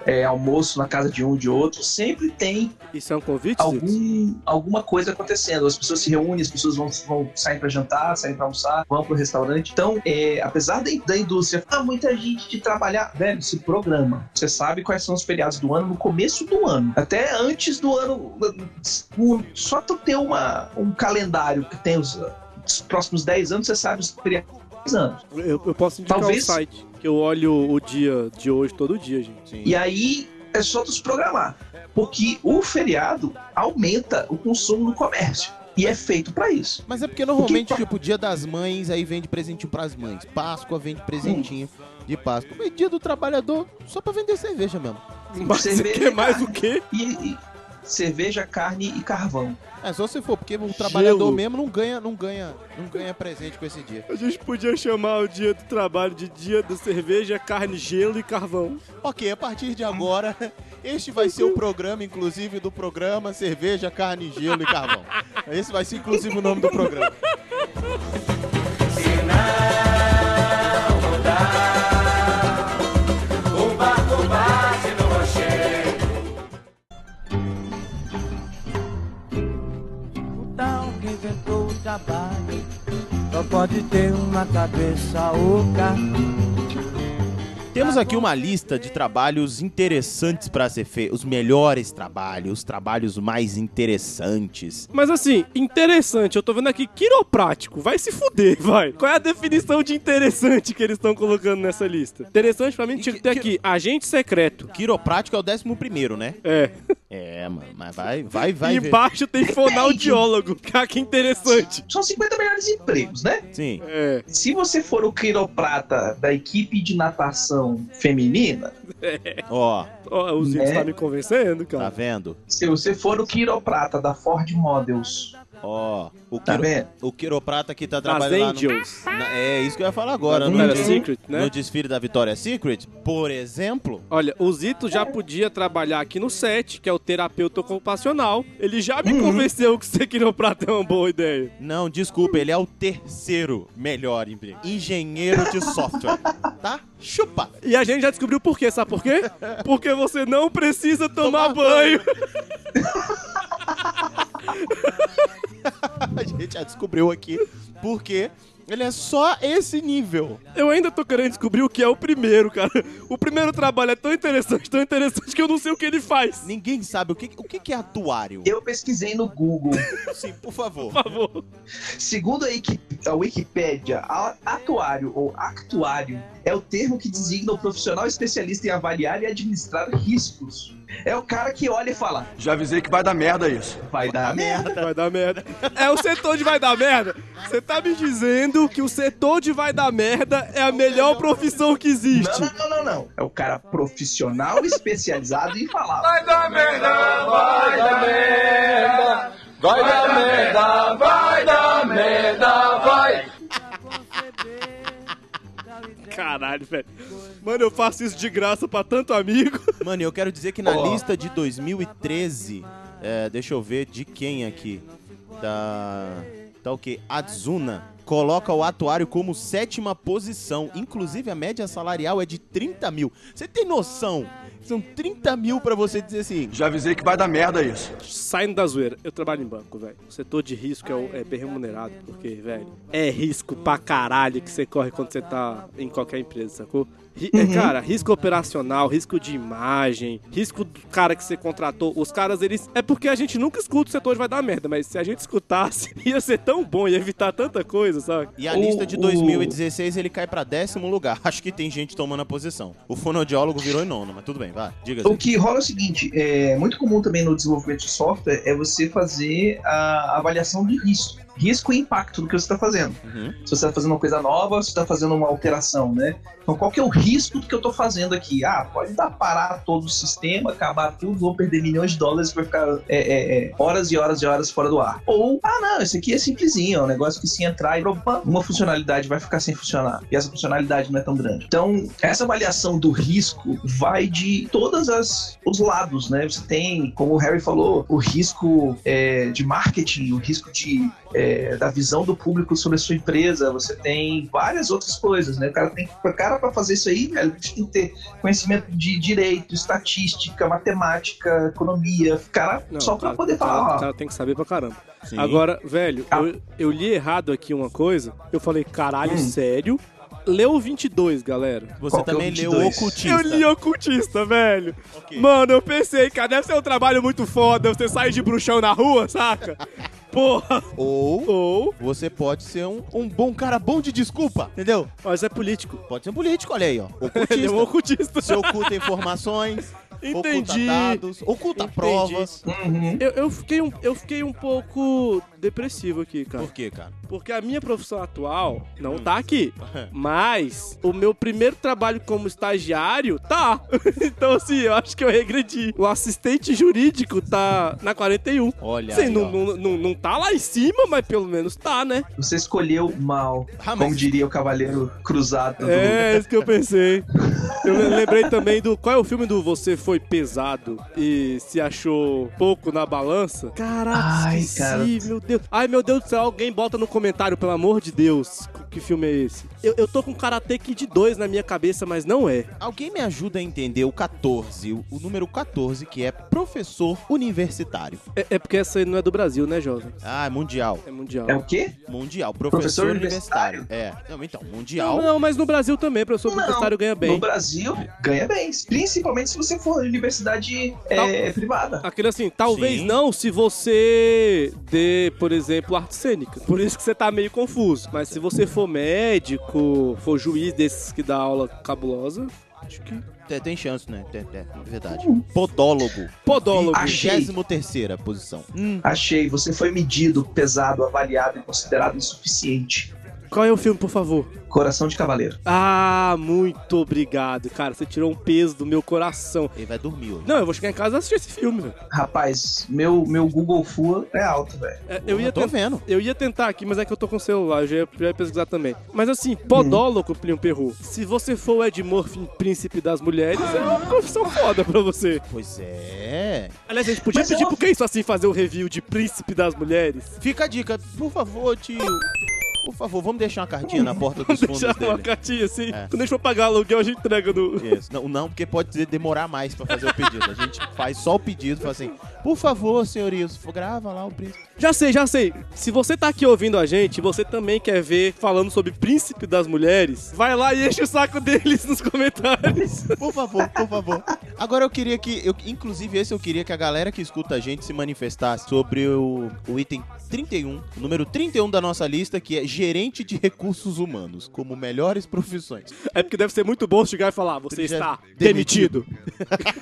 S2: é, almoço na casa de um de outro. Sempre tem
S3: Isso é um convite, Zitos?
S2: algum, alguma coisa acontecendo. As pessoas se reúnem, as pessoas vão, vão sair para jantar, saem para almoçar, vão pro restaurante. Então, é, apesar da, da indústria, há muita gente de trabalhar, velho, se programa. Você sabe quais são os feriados do ano no começo do ano. Até antes do ano. o- Só tu ter uma, um calendário que tem os, os próximos 10 anos, você sabe os feriados. dos 10 Anos.
S3: Eu, eu posso indicar
S2: Talvez-
S3: um site que eu olho o dia de hoje todo dia, gente.
S2: E aí é só tu se programar. Porque o feriado aumenta o consumo no comércio. E é feito para isso.
S1: Mas é porque normalmente,
S2: O que-
S1: tipo, dia das mães, aí vende presentinho pras mães. Páscoa vende presentinho de Páscoa. Mas dia do trabalhador, só pra vender cerveja mesmo.
S3: Mas você
S2: Cerveja e
S3: quer mais o
S2: carne.
S3: quê?
S2: e, e cerveja, carne e carvão.
S1: É só se for, porque o trabalhador
S3: Gelo.
S1: mesmo não ganha, não ganha, não ganha presente com esse dia.
S3: A gente podia chamar o dia do trabalho de dia da cerveja, carne, gelo e carvão.
S1: Ok, a partir de agora, este vai ser o programa, inclusive, do programa Cerveja, Carne, Gelo e Carvão. Esse vai ser, inclusive, o nome do programa.
S9: O tal Então que inventou o trabalho só pode ter uma cabeça oca.
S1: Temos aqui uma lista de trabalhos interessantes pra ser feito, os melhores trabalhos, os trabalhos mais interessantes.
S3: Mas assim, interessante, eu tô vendo aqui quiroprático. Vai se fuder, vai. Qual é a definição de interessante que eles estão colocando nessa lista? Interessante pra mim tinha que ter aqui, agente secreto.
S1: Quiroprático é o décimo primeiro, né?
S3: É.
S1: É, mano, mas vai, vai, vai
S3: e
S1: ver.
S3: embaixo tem fonaudiólogo. Cara, que interessante.
S2: São 50 melhores empregos, né?
S1: Sim.
S3: É.
S2: Se você for o quiroprata da equipe de natação feminina,
S1: Ó,
S3: Ó, o Zito
S2: Né?
S3: tá me convencendo,
S1: tá
S3: cara.
S1: vendo?
S2: se você for o quiroprata da Ford Models,
S1: Ó, o,
S2: tá
S1: quiro-
S2: vendo?
S1: o quiroprata que tá
S3: Das
S1: trabalhando lá no...
S3: Angels.
S1: na- É, isso que eu ia falar agora.
S3: Da
S1: No,
S3: Vitória
S1: des-
S3: Secret,
S1: no
S3: né?
S1: desfile da Vitória Secret, por exemplo...
S3: Olha, o Zito já podia trabalhar aqui no set, que é o terapeuta ocupacional. Ele já me convenceu que ser quiroprata é uma boa ideia.
S1: Não, desculpa, ele é o terceiro melhor emprego. Engenheiro de software, tá? Chupa!
S3: E a gente já descobriu por quê, sabe por quê? Porque você não precisa tomar,
S1: Tomar
S3: banho.
S1: A gente já descobriu aqui porque Ele é só esse nível.
S3: Eu ainda tô querendo descobrir o que é o primeiro, cara. O primeiro trabalho é tão interessante, tão interessante que eu não sei o que ele faz.
S1: Ninguém sabe o que, o que que é atuário.
S2: Eu pesquisei no Google.
S1: Sim, por favor.
S3: Por favor.
S2: Segundo a, Wiki- a Wikipédia, a- atuário ou actuário é o termo que designa o profissional especialista em avaliar e administrar riscos. É o cara que olha e fala,
S5: Já avisei que vai dar merda isso.
S2: vai dar merda.
S3: Vai dar merda. É o setor de vai dar merda. Você tá me dizendo que o setor de vai dar merda é a melhor profissão que
S2: Não,
S3: existe.
S2: não, não, não, não. É o cara profissional especializado em falar.
S3: Caralho, velho. Mano, eu faço isso de graça pra tanto amigo.
S1: Mano, eu quero dizer que na
S2: Ó.
S1: lista de 2013, é, deixa eu ver de quem aqui. Tá. Tá o quê? Atzuna coloca o atuário como sétima posição. Inclusive, a média salarial é de 30 mil. Você tem noção? São 30 mil pra você dizer assim.
S5: Já avisei que vai dar merda isso.
S3: Saindo da zoeira, eu trabalho em banco, velho. O setor de risco é, o- é bem remunerado, porque, velho, é risco pra caralho que você corre quando você tá em qualquer empresa, sacou? Ri-
S2: Uhum.
S3: é, cara, risco operacional, risco de imagem, risco do cara que você contratou. Os caras, eles. É porque a gente nunca escuta o setor de vai dar merda, mas se a gente escutasse, ia ser tão bom, ia evitar tanta coisa, sabe?
S1: E a
S2: O-
S1: lista de
S2: o-
S1: 2016 ele cai pra décimo lugar. Acho que tem gente tomando a posição. O fonodiólogo virou em nono, mas tudo bem, vai. Diga
S2: O
S1: assim.
S2: que rola é o seguinte, é muito comum também no desenvolvimento de software é você fazer a avaliação de risco. Risco e impacto do que você está fazendo.
S1: Uhum.
S2: Se você está fazendo uma coisa nova, se você está fazendo uma alteração, né? Então, qual que é o risco do que eu estou fazendo aqui? Ah, pode dar parar todo o sistema, acabar tudo, vou perder milhões de dólares vai ficar é, é, é, horas e horas e horas fora do ar. Ou, ah, não, esse aqui é simplesinho, é um negócio que se entrar e opa, uma funcionalidade vai ficar sem funcionar. E essa funcionalidade não é tão grande. Então, essa avaliação do risco vai de todas as os lados, né? Você tem, como o Harry falou, o risco é, de marketing, o risco de é, da visão do público sobre a sua empresa, você tem várias outras coisas, né? O cara tem o cara para fazer isso aí, velho, tem que ter conhecimento de direito, estatística, matemática, economia, o cara
S3: Não, tá,
S2: só para
S3: cara,
S2: poder
S3: cara,
S2: falar, ó,
S3: cara tem que saber pra caramba.
S1: Sim.
S3: Agora, velho,
S2: Ah.
S3: eu, eu li errado aqui uma coisa. Eu falei, caralho,
S2: Hum.
S3: sério? Leu 22, galera.
S1: Você
S2: qual que é o
S1: também leu
S2: 22?
S1: ocultista.
S3: Eu li ocultista, velho. Mano, eu pensei, cara, deve ser um trabalho muito foda. Você sai de bruxão na rua, saca? Porra.
S1: Ou
S3: Ou.
S1: você pode ser um, um bom cara bom de desculpa, entendeu?
S3: Mas é político.
S1: Pode ser um político, olha aí, ó.
S3: Ele é um
S1: Ocultista.
S3: ocultista.
S1: Você oculta informações, oculta
S3: Entendi.
S1: dados, oculta
S3: Entendi.
S1: provas.
S3: tá.
S2: "Uhum,
S3: Eu, eu fiquei um, eu fiquei um pouco depressivo aqui, cara.
S1: Por quê, cara?
S3: Porque a minha profissão atual não
S1: Hum.
S3: tá aqui.
S1: É.
S3: Mas o meu primeiro trabalho como estagiário tá. Então, assim, eu acho que eu regredi. O assistente jurídico tá na 41.
S1: Olha
S3: Sim,
S1: aí,
S3: Assim, não,
S1: ó.
S3: não, não, não tá lá em cima, mas pelo menos tá, né?
S2: você escolheu mal,
S1: Ah, mas-
S2: como diria o cavaleiro cruzado do-
S3: É, isso que eu pensei. Eu me lembrei também do. Qual é o filme do Você Foi Pesado e se achou pouco na balança? Caraca,
S2: Ai,
S3: esqueci,
S2: cara.
S3: meu Deus. Ai, meu Deus do céu, alguém bota no comentário, pelo amor de Deus, que filme é esse? Eu, eu tô com Karate Kid 2 na minha cabeça, mas não é.
S1: Alguém me ajuda a entender o 14, o, o número 14, que é professor universitário.
S3: é. É porque essa aí não é do Brasil, né, jovem?
S1: Ah, é mundial.
S3: É mundial.
S2: É o quê?
S1: Mundial. Professor,
S2: Professor
S1: universitário. É. Não, então, mundial.
S3: Não, não, mas no Brasil também, professor
S2: Não,
S3: universitário ganha
S2: No
S3: bem.
S2: Brasil, ganha bem, principalmente se você for em universidade é, privada.
S3: Aquele assim, talvez
S1: Sim.
S3: não se você dê, por exemplo, arte cênica. Por isso que você tá meio confuso. Mas se você for médico, for juiz desses que dá aula cabulosa, acho que.
S1: Tem, tem chance, né? Tem, tem, é verdade.
S3: Hum.
S1: Podólogo.
S3: Podólogo.
S2: Ah, Achei.
S1: 23 posição.
S2: Achei, você foi medido, pesado, avaliado e considerado insuficiente.
S3: Qual é o filme, por favor?
S2: Coração de cavaleiro.
S3: Ah, muito obrigado, cara. Você tirou um peso do meu coração.
S1: Ele vai dormir hoje.
S3: Não, eu vou chegar em casa e assistir esse filme, velho.
S2: Rapaz, meu, meu Google Fua é alto, velho.
S3: É, Eu ia
S1: tô
S3: tentar.
S1: vendo.
S3: Eu ia tentar aqui, mas é que eu tô com celular, eu já ia, já ia pesquisar também. Mas assim, podólogo, Plinio Perru, se você for o Ed Murphy, príncipe das mulheres, é uma confissão foda pra você.
S1: Pois é.
S3: Aliás, a gente podia
S2: Mas
S3: pedir
S2: eu-
S3: pro Quem Só Assim fazer o review de Príncipe das Mulheres?
S1: Fica a dica, por favor, tio. Por favor, vamos deixar uma cartinha na porta dos fundos
S3: Deixar uma
S1: dele.
S3: cartinha assim.
S1: É.
S3: Quando a gente for pagar aluguel, a gente entrega no.
S1: Isso. Não, não, porque pode demorar mais pra fazer o pedido. A gente faz só o pedido, fala assim, por favor, senhorios, grava lá o príncipe.
S3: Já sei, já sei. Se você tá aqui ouvindo a gente, você também quer ver falando sobre príncipe das mulheres, vai lá e enche o saco deles nos comentários.
S1: Por favor, por favor. Agora eu queria que, eu, inclusive esse eu queria que a galera que escuta a gente se manifestasse sobre o, o item 31, o número 31 da nossa lista, que é gerente de recursos humanos, como melhores profissões.
S3: É porque deve ser muito bom chegar e falar, você
S1: Já
S3: está
S1: demitido."
S3: demitido.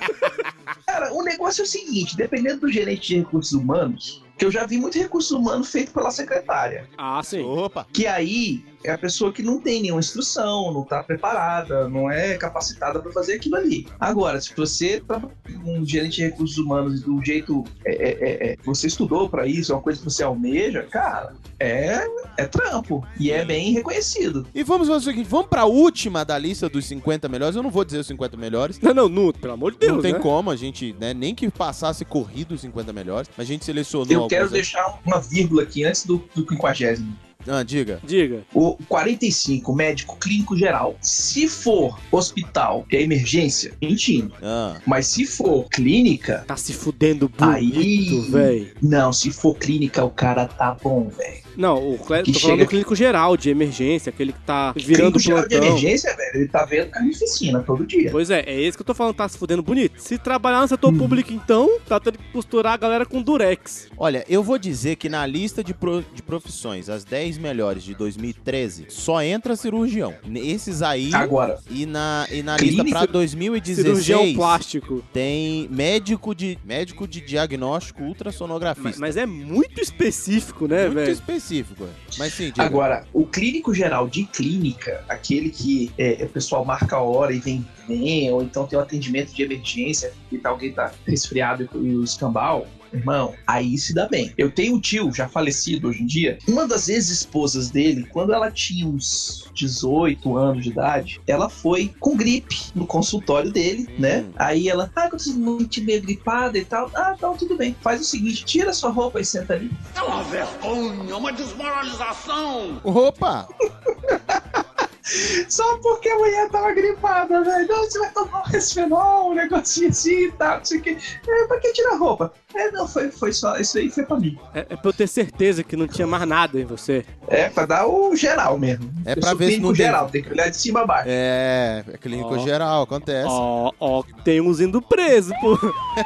S2: Cara, o negócio é o seguinte: dependendo do gerente de recursos humanos, que eu já vi muito recurso humano feito pela secretária.
S3: Ah, sim.
S1: Opa!
S2: Que aí é a pessoa que não tem nenhuma instrução, não tá preparada, não é capacitada pra fazer aquilo ali. Agora, se você tá um gerente de recursos humanos do jeito é, é, é, é, que você estudou pra isso, é uma coisa que você almeja, cara, é, é trampo e é bem reconhecido.
S1: E vamos fazer o seguinte, vamos pra última da lista dos 50 melhores. Eu não vou dizer os 50 melhores.
S3: Não, não, não, pelo amor de Deus.
S1: não tem
S3: né?
S1: como, a gente, né, nem que passasse corrido os 50 melhores. A gente selecionou
S2: Eu quero
S1: alguns aí.
S2: deixar uma vírgula aqui antes do, do 50.
S1: Ah, diga.
S3: Diga.
S2: O 45, médico clínico geral. Se for hospital e é emergência, mentira.
S1: Ah,
S2: Mas se for clínica,
S3: Tá se fudendo
S2: Aí.
S3: bonito, velho.
S2: não, se for clínica, o cara tá bom, velho.
S3: Não, o clé...
S2: Que
S3: tô falando
S2: chega-
S3: do clínico geral, de emergência, aquele que tá virando
S2: Clínico geral de
S3: plantão.
S2: emergência, velho, ele tá vendo carnificina todo dia.
S3: Pois é, é esse que eu tô falando, tá se fudendo bonito. Se trabalhar no setor público, então, tá tendo que costurar a galera com durex.
S1: olha, eu vou dizer que na lista de, pro- de profissões, as 10 melhores de 2013, só entra cirurgião. Nesses aí
S2: Agora,
S1: e na e na
S2: Clínico-
S1: lista pra 2016
S3: Cirurgião plástico.
S1: tem médico de médico de diagnóstico
S3: Mas,
S1: ultrassonografista.
S3: mas é muito específico, né,
S1: Muito
S3: velho?
S1: específico. é. Mas sim, diga.
S2: agora, o clínico geral de clínica, aquele que é, o pessoal marca a hora e vem, vem, ou então tem um atendimento de emergência e tal, alguém tá resfriado e o escambau. Irmão, aí se dá bem. Eu tenho um tio, já falecido hoje em dia. Uma das ex-esposas dele, quando ela tinha uns 18 anos de idade, ela foi com gripe no consultório dele, né? Aí ela, ah, eu tô muito meio gripada e tal. Ah, então tudo bem. Faz o seguinte, tira sua roupa e senta ali.
S6: É uma vergonha, uma desmoralização.
S1: Opa!
S2: Só porque a mulher tava gripada, velho. Não, você vai tomar um resfenol, um negocinho assim e tal, não sei o que. É, pra que tirar a roupa? É, não, foi, foi só. Isso aí foi pra mim.
S3: É, é pra eu ter certeza que não tinha mais nada em você.
S2: É, pra dar o geral mesmo.
S1: É
S2: Eu
S1: pra
S2: sou
S1: ver se
S2: clínico
S1: não tem-
S2: geral, tem que olhar de cima a baixo.
S1: É, é clínico
S3: Ó.
S1: geral, acontece.
S3: Ó, ó, tem uns indo preso por,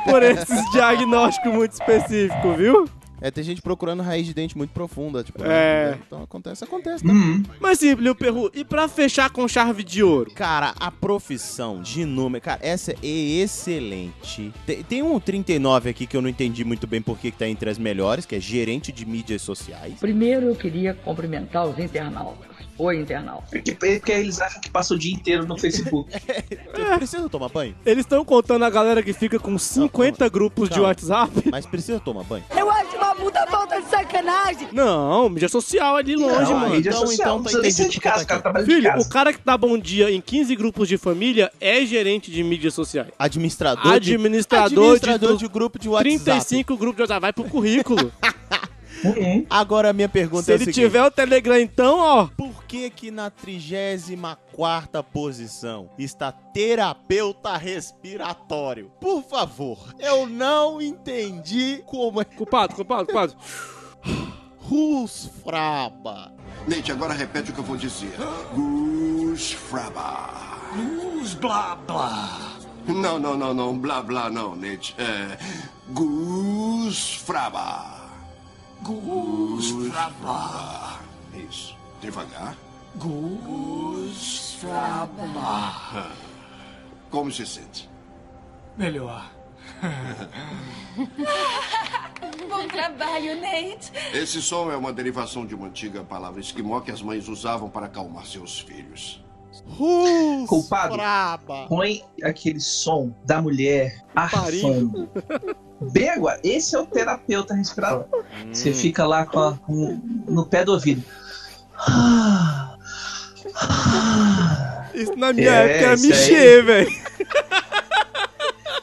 S3: por esses diagnósticos muito específicos, viu?
S1: É, tem gente procurando raiz de dente muito profunda, tipo,
S3: É.
S1: né? então acontece, acontece.
S2: Hum,
S3: Mas sim, Liu Perru, e pra fechar com chave de ouro?
S1: Cara, a profissão de número, cara, essa é excelente. Tem, tem um 39 aqui que eu não entendi muito bem por que que tá entre as melhores, que é gerente de mídias sociais.
S10: Primeiro eu queria cumprimentar os internautas. Oi, internauta.
S2: porque, É porque eles acham que passa o dia inteiro no Facebook.
S1: Eu preciso tomar banho,
S3: Eles estão contando a galera que fica com 50 grupos de
S1: Calma.
S3: WhatsApp?
S1: mas preciso tomar banho.
S8: Eu acho uma puta falta de sacanagem.
S3: Não, mídia social ali longe,
S2: Não,
S3: mano.
S2: a mídia
S1: Então,
S2: social,
S1: então, tá
S2: não precisa nem sair
S1: entendido
S2: de
S1: que tá
S2: casa, o cara
S1: aqui.
S2: trabalha de
S3: Filho,
S2: casa.
S3: o cara que dá bom dia em 15 grupos de família é gerente de mídias sociais.
S1: Administrador, de-
S3: Administrador,
S1: administrador
S3: de,
S1: de grupo de WhatsApp.
S3: 35 grupos de WhatsApp. Vai pro currículo.
S2: Uhum.
S1: Agora a minha pergunta
S3: Se
S1: é a
S3: ele
S1: seguinte,
S3: tiver o Telegram, então, ó.
S1: por que que na 34ª posição está terapeuta respiratório? Por favor, eu não entendi como é
S3: Culpado, culpado, culpado.
S1: Rusfraba.
S5: Leite, agora repete o que eu vou dizer. Gus Fraba. Gus blá blá. Não, não, não, não. Blá blá não, Leite. É. Gus Fraba. Gus Fraba. Isso. Devagar. Gus Fraba. Como se sente?
S4: Um
S8: Bom trabalho, Nate.
S5: Esse som é uma derivação de uma antiga palavra esquimó que as mães usavam para acalmar seus filhos.
S2: Culpado.
S1: Rusfraba.
S2: Põe aquele som da mulher arfando. Bem agora, esse é o terapeuta respirador.
S1: Hum.
S2: Você fica lá com, a- com- no pé do ouvido.
S3: Isso na minha
S2: É,
S3: época era
S1: É,
S2: isso aí.
S3: Michê, velho.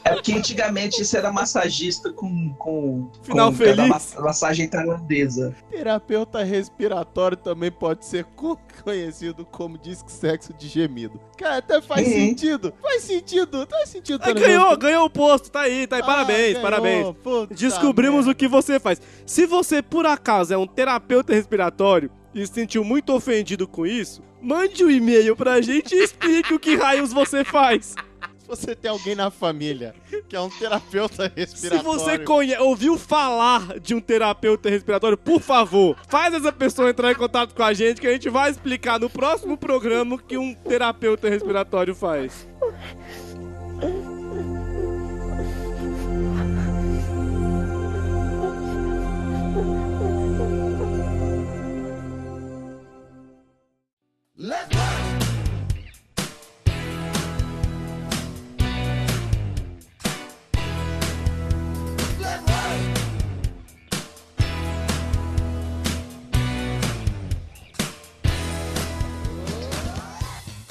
S2: É porque que antigamente isso era massagista com. com
S3: Final
S2: com cada
S3: feliz.
S2: ma- massagem tailandesa.
S1: Terapeuta respiratório também pode ser co- conhecido como disque sexo de gemido. Cara, até faz
S2: Uhum.
S1: sentido. Faz sentido. Faz sentido.
S3: Ah,
S1: tá
S3: ganhou,
S1: ligado?
S3: ganhou o posto, tá aí, tá aí,
S1: Ah,
S3: parabéns,
S1: ganhou,
S3: parabéns.
S1: puta
S3: Descobrimos
S1: merda.
S3: o que você faz. Se você, por acaso, é um terapeuta respiratório e se sentiu muito ofendido com isso, mande um e-mail pra gente e explique o que raios você faz.
S1: Se você tem alguém na família que é um terapeuta
S3: Se
S1: respiratório...
S3: você conhe- ouviu falar de um terapeuta respiratório, por favor, faz essa pessoa entrar em contato com a gente que a gente vai explicar no próximo programa o que um terapeuta respiratório faz.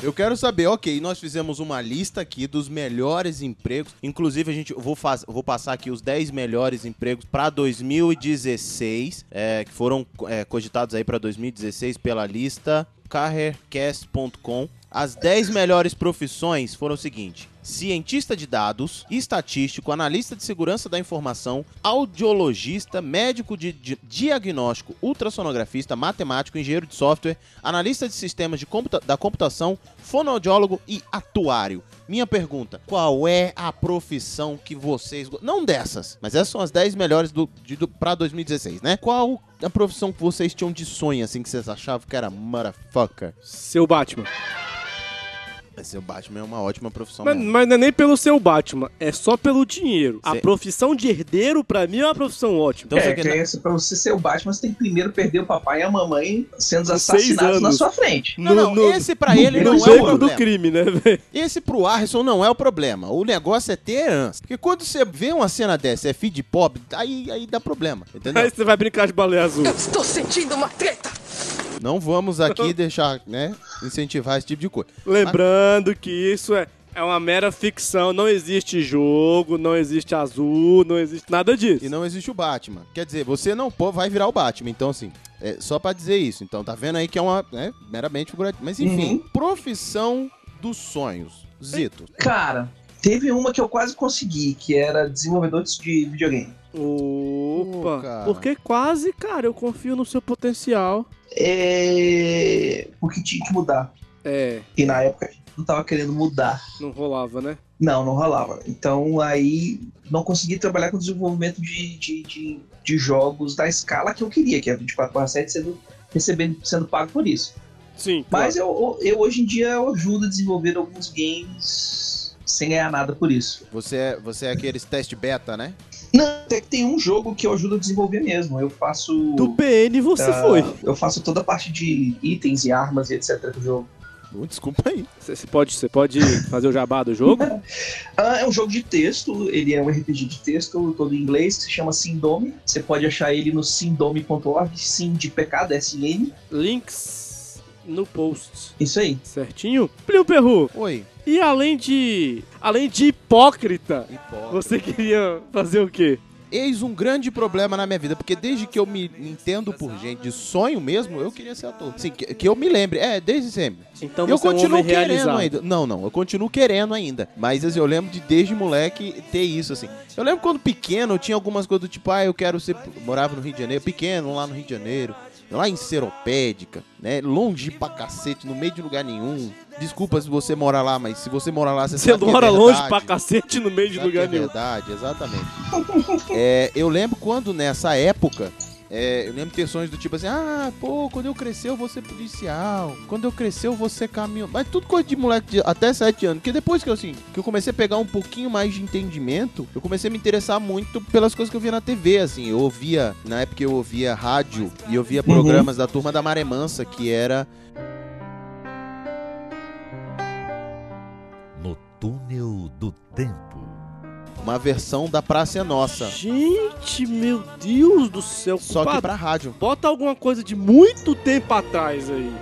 S1: Eu quero saber, ok, nós fizemos uma lista aqui dos melhores empregos. Inclusive, a gente eu vou, faz- eu vou passar aqui os 10 melhores empregos para 2016, é, que foram é, cogitados aí para 2016 pela lista carrercast.com. As 10 melhores profissões foram o seguinte: cientista de dados, estatístico, analista de segurança da informação, audiologista, médico de di- diagnóstico, ultrassonografista, matemático, engenheiro de software, analista de sistemas de computa da computação, fonoaudiólogo e atuário. Minha pergunta: qual é a profissão que vocês. go- Não dessas, mas essas são as 10 melhores do, de- do, pra 2016, né? Qual a profissão que vocês tinham de sonho, assim, que vocês achavam que era motherfucker?
S3: Seu Batman.
S1: Mas o Batman é uma ótima profissão.
S3: Mas,
S1: mesmo.
S3: mas não é nem pelo seu Batman, é só pelo dinheiro. A
S1: Cê-
S3: profissão de herdeiro, pra mim, é uma profissão ótima.
S1: Então,
S2: é,
S1: você
S2: que
S1: quer-
S2: é isso, pra você ser o Batman, você tem que primeiro perder o papai e a mamãe sendo
S3: seis
S2: assassinados na
S3: anos.
S2: sua frente.
S1: Não, não, esse pra ele
S2: no
S1: não é o
S3: beco
S1: problema.
S3: do crime, né, velho?
S1: Esse pro Harrison não é o problema. O negócio é ter herança. Porque quando você vê uma cena dessa, é feed pop, aí, aí dá problema. Entendeu?
S3: Aí você vai brincar de baleia azul.
S9: Estou sentindo uma treta!
S1: Não vamos aqui deixar, né? Incentivar esse tipo de coisa.
S3: Lembrando que isso é, é uma mera ficção, não existe jogo, não existe azul, não existe nada disso.
S1: E não existe o Batman. Quer dizer, você não pô- vai virar o Batman. Então, assim, é só pra dizer isso. Então, tá vendo aí que é uma. Né, meramente figurativo. Mas, enfim, profissão dos sonhos. Zito.
S2: Cara, teve uma que eu quase consegui, que era desenvolvedor de videogame.
S1: Pô,
S3: Opa,
S1: cara.
S3: porque quase, cara, eu confio no seu potencial.
S2: É... Porque tinha que mudar.
S3: É,
S2: E na época a gente não tava querendo mudar.
S3: não rolava, né?
S2: Não, não rolava. Então aí não consegui trabalhar com desenvolvimento de, de, de, de jogos da escala que eu queria, que é 24 por 7 sendo, recebendo, sendo pago por isso.
S3: Sim.
S2: Mas eu, eu hoje em dia eu ajudo a desenvolver alguns games sem ganhar nada por isso.
S1: Você é, você é aqueles teste beta, né?
S2: Não, até que tem um jogo que eu ajudo a desenvolver mesmo. Eu faço.
S3: Do PN você
S2: ah,
S3: foi.
S2: Eu faço toda a parte de itens e armas e etc do jogo.
S1: Ô, Desculpa aí.
S3: Você pode, você pode fazer o jabá do jogo?
S2: Ah, é um jogo de texto, ele é um RPG de texto, todo em inglês, que se chama Sindome. Você pode achar ele no sindome.org, sim de pecado, S-N.
S3: Links no post.
S2: Isso aí.
S3: Certinho? Plio Perru,
S1: Oi.
S3: e além de. Além de hipócrita,
S1: Hipócrita.
S3: você queria fazer o quê?
S1: Eis um grande problema na minha vida, porque desde que eu me entendo por gente de sonho mesmo, eu queria ser ator. Assim, que, que eu me lembre. É, desde sempre.
S3: Então
S1: eu
S3: você é um
S1: continuo
S3: homem
S1: querendo
S3: realizado.
S1: ainda. Não, não, eu continuo querendo ainda. Mas assim, eu lembro de desde moleque ter isso, assim. Eu lembro quando pequeno eu tinha algumas coisas do tipo, ah, eu quero ser. Morava no Rio de Janeiro, pequeno, lá no Rio de Janeiro, lá em Seropédica, né? Longe pra cacete, no meio de lugar nenhum. Desculpa se você mora lá, mas se você mora lá, você,
S3: Você
S1: sabe que é
S3: mora longe
S1: verdade.
S3: pra cacete no meio de
S1: Sabe
S3: lugar
S1: que é
S3: nenhum.
S1: verdade, exatamente. É, eu lembro quando nessa época. é, eu lembro ter sonhos do tipo assim, ah, pô, quando eu crescer eu vou ser policial, quando eu crescer eu vou ser caminhão. Mas tudo coisa de moleque de até 7 anos. Porque depois que eu assim, que eu comecei a pegar um pouquinho mais de entendimento, eu comecei a me interessar muito pelas coisas que eu via na TV, assim. Eu ouvia, na época eu ouvia rádio e eu via programas da turma da Maré Mansa, que era
S11: No túnel do tempo.
S1: uma versão da Praça é Nossa.
S3: Gente, meu Deus do céu.
S1: Só que
S3: compadre,
S1: pra rádio.
S3: Bota alguma coisa de muito tempo atrás aí.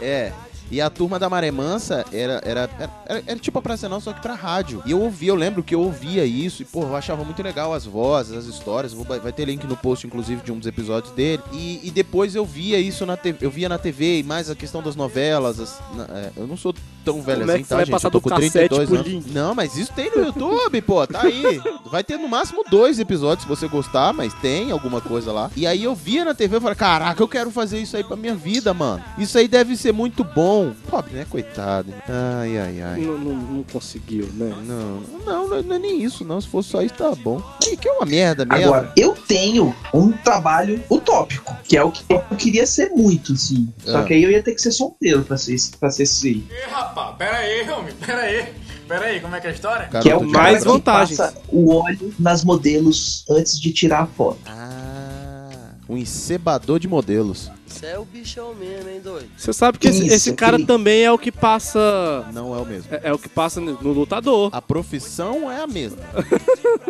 S1: É. E a turma da Maré Mansa era, era, era, era- era tipo a Praça Nossa, só que pra rádio. E eu ouvia, eu lembro que eu ouvia isso e, pô, eu achava muito legal as vozes, as histórias. Vou- vai ter link no post, inclusive, de um dos episódios dele. E, e depois eu via isso na TV, eu via na TV e mais a questão das novelas. as- na- é, eu não sou tão velho
S3: Como é
S1: assim,
S3: que
S1: tá,
S3: você vai
S1: gente?
S3: passar
S1: eu tô
S3: do
S1: com
S3: cassete
S1: 32
S3: pro
S1: anos.
S3: link?
S1: Não, mas isso tem no YouTube, pô, tá aí. Vai ter no máximo dois episódios se você gostar, mas tem alguma coisa lá. E aí eu via na TV e falei, caraca, eu quero fazer isso aí pra minha vida, mano. Isso aí deve ser muito bom. Pobre, né? Coitado. Ai, ai, ai.
S3: Não, não- não conseguiu, né?
S1: Não, não, não, não é nem isso, não. Se fosse só isso, tá bom. Ih, que é uma merda mesmo.
S2: Agora, eu tenho um trabalho utópico, que é o que eu queria ser muito, assim. Só
S1: Ah.
S2: que aí eu ia ter que ser solteiro pra ser, pra ser esse aí.
S12: Ih, rapá, pera aí, homem, pera aí. Pera aí, como é que é a história?
S1: Garoto
S2: que é o
S1: de
S2: cara
S3: mais
S2: que
S3: vantagens.
S2: passa o óleo nas modelos antes de tirar a foto.
S1: Ah, um encebador de modelos.
S13: Você é o bichão mesmo, hein, doido?
S3: Você sabe que esse,
S2: Isso,
S3: esse cara
S2: aquele-
S3: também é o que passa.
S1: Não é o mesmo.
S3: É, é o que passa no no lutador.
S1: A profissão é a mesma.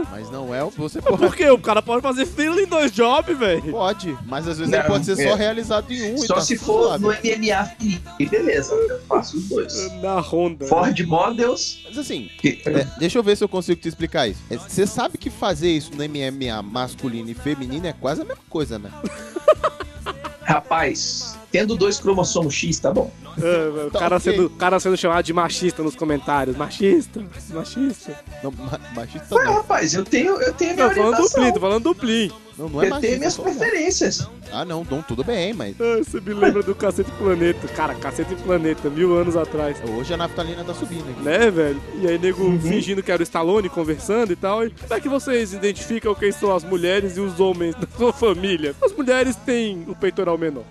S1: mas não é o que você
S3: Por
S1: pode.
S3: quê? O cara pode fazer fila em dois jobs, velho.
S1: Pode, mas às vezes
S2: Não,
S1: ele pode ser
S2: é.
S1: só realizado em um. e
S2: Só
S1: tá
S2: se
S1: tudo
S2: for
S1: suave.
S2: no MMA Felipe, beleza, eu faço os dois.
S3: Na Honda.
S2: Ford Models.
S1: Mas assim,
S2: que-
S1: é, deixa eu ver se eu consigo te explicar isso. É, Você sabe que fazer isso no MMA masculino e feminino é quase a mesma coisa, né?
S2: Rapaz, tendo dois cromossomos X, tá bom.
S3: É, o
S1: Tá
S3: cara,
S1: ok.
S3: sendo, o cara sendo chamado de machista nos comentários. Machista, machista.
S1: Não, ma- machista
S2: Ué,
S1: não.
S2: rapaz, eu tenho, eu tenho a minha
S3: Tá Não, um falando
S2: orientação.
S3: duplim, tô falando duplim.
S1: Não,
S3: um
S1: não é
S2: Eu tenho
S1: machista.
S2: minhas
S1: só não.
S2: preferências.
S1: Ah, não, não, tudo bem, mas.
S3: Ah, Você me lembra do Cacete Planeta. Cara, Cacete Planeta, mil anos atrás.
S1: Hoje a naftalina tá subindo aqui.
S3: Né, velho? E aí, nego fingindo que era o Stallone, conversando e tal. E como é que vocês identificam quem são as mulheres e os homens da sua família? As mulheres têm o peitoral menor.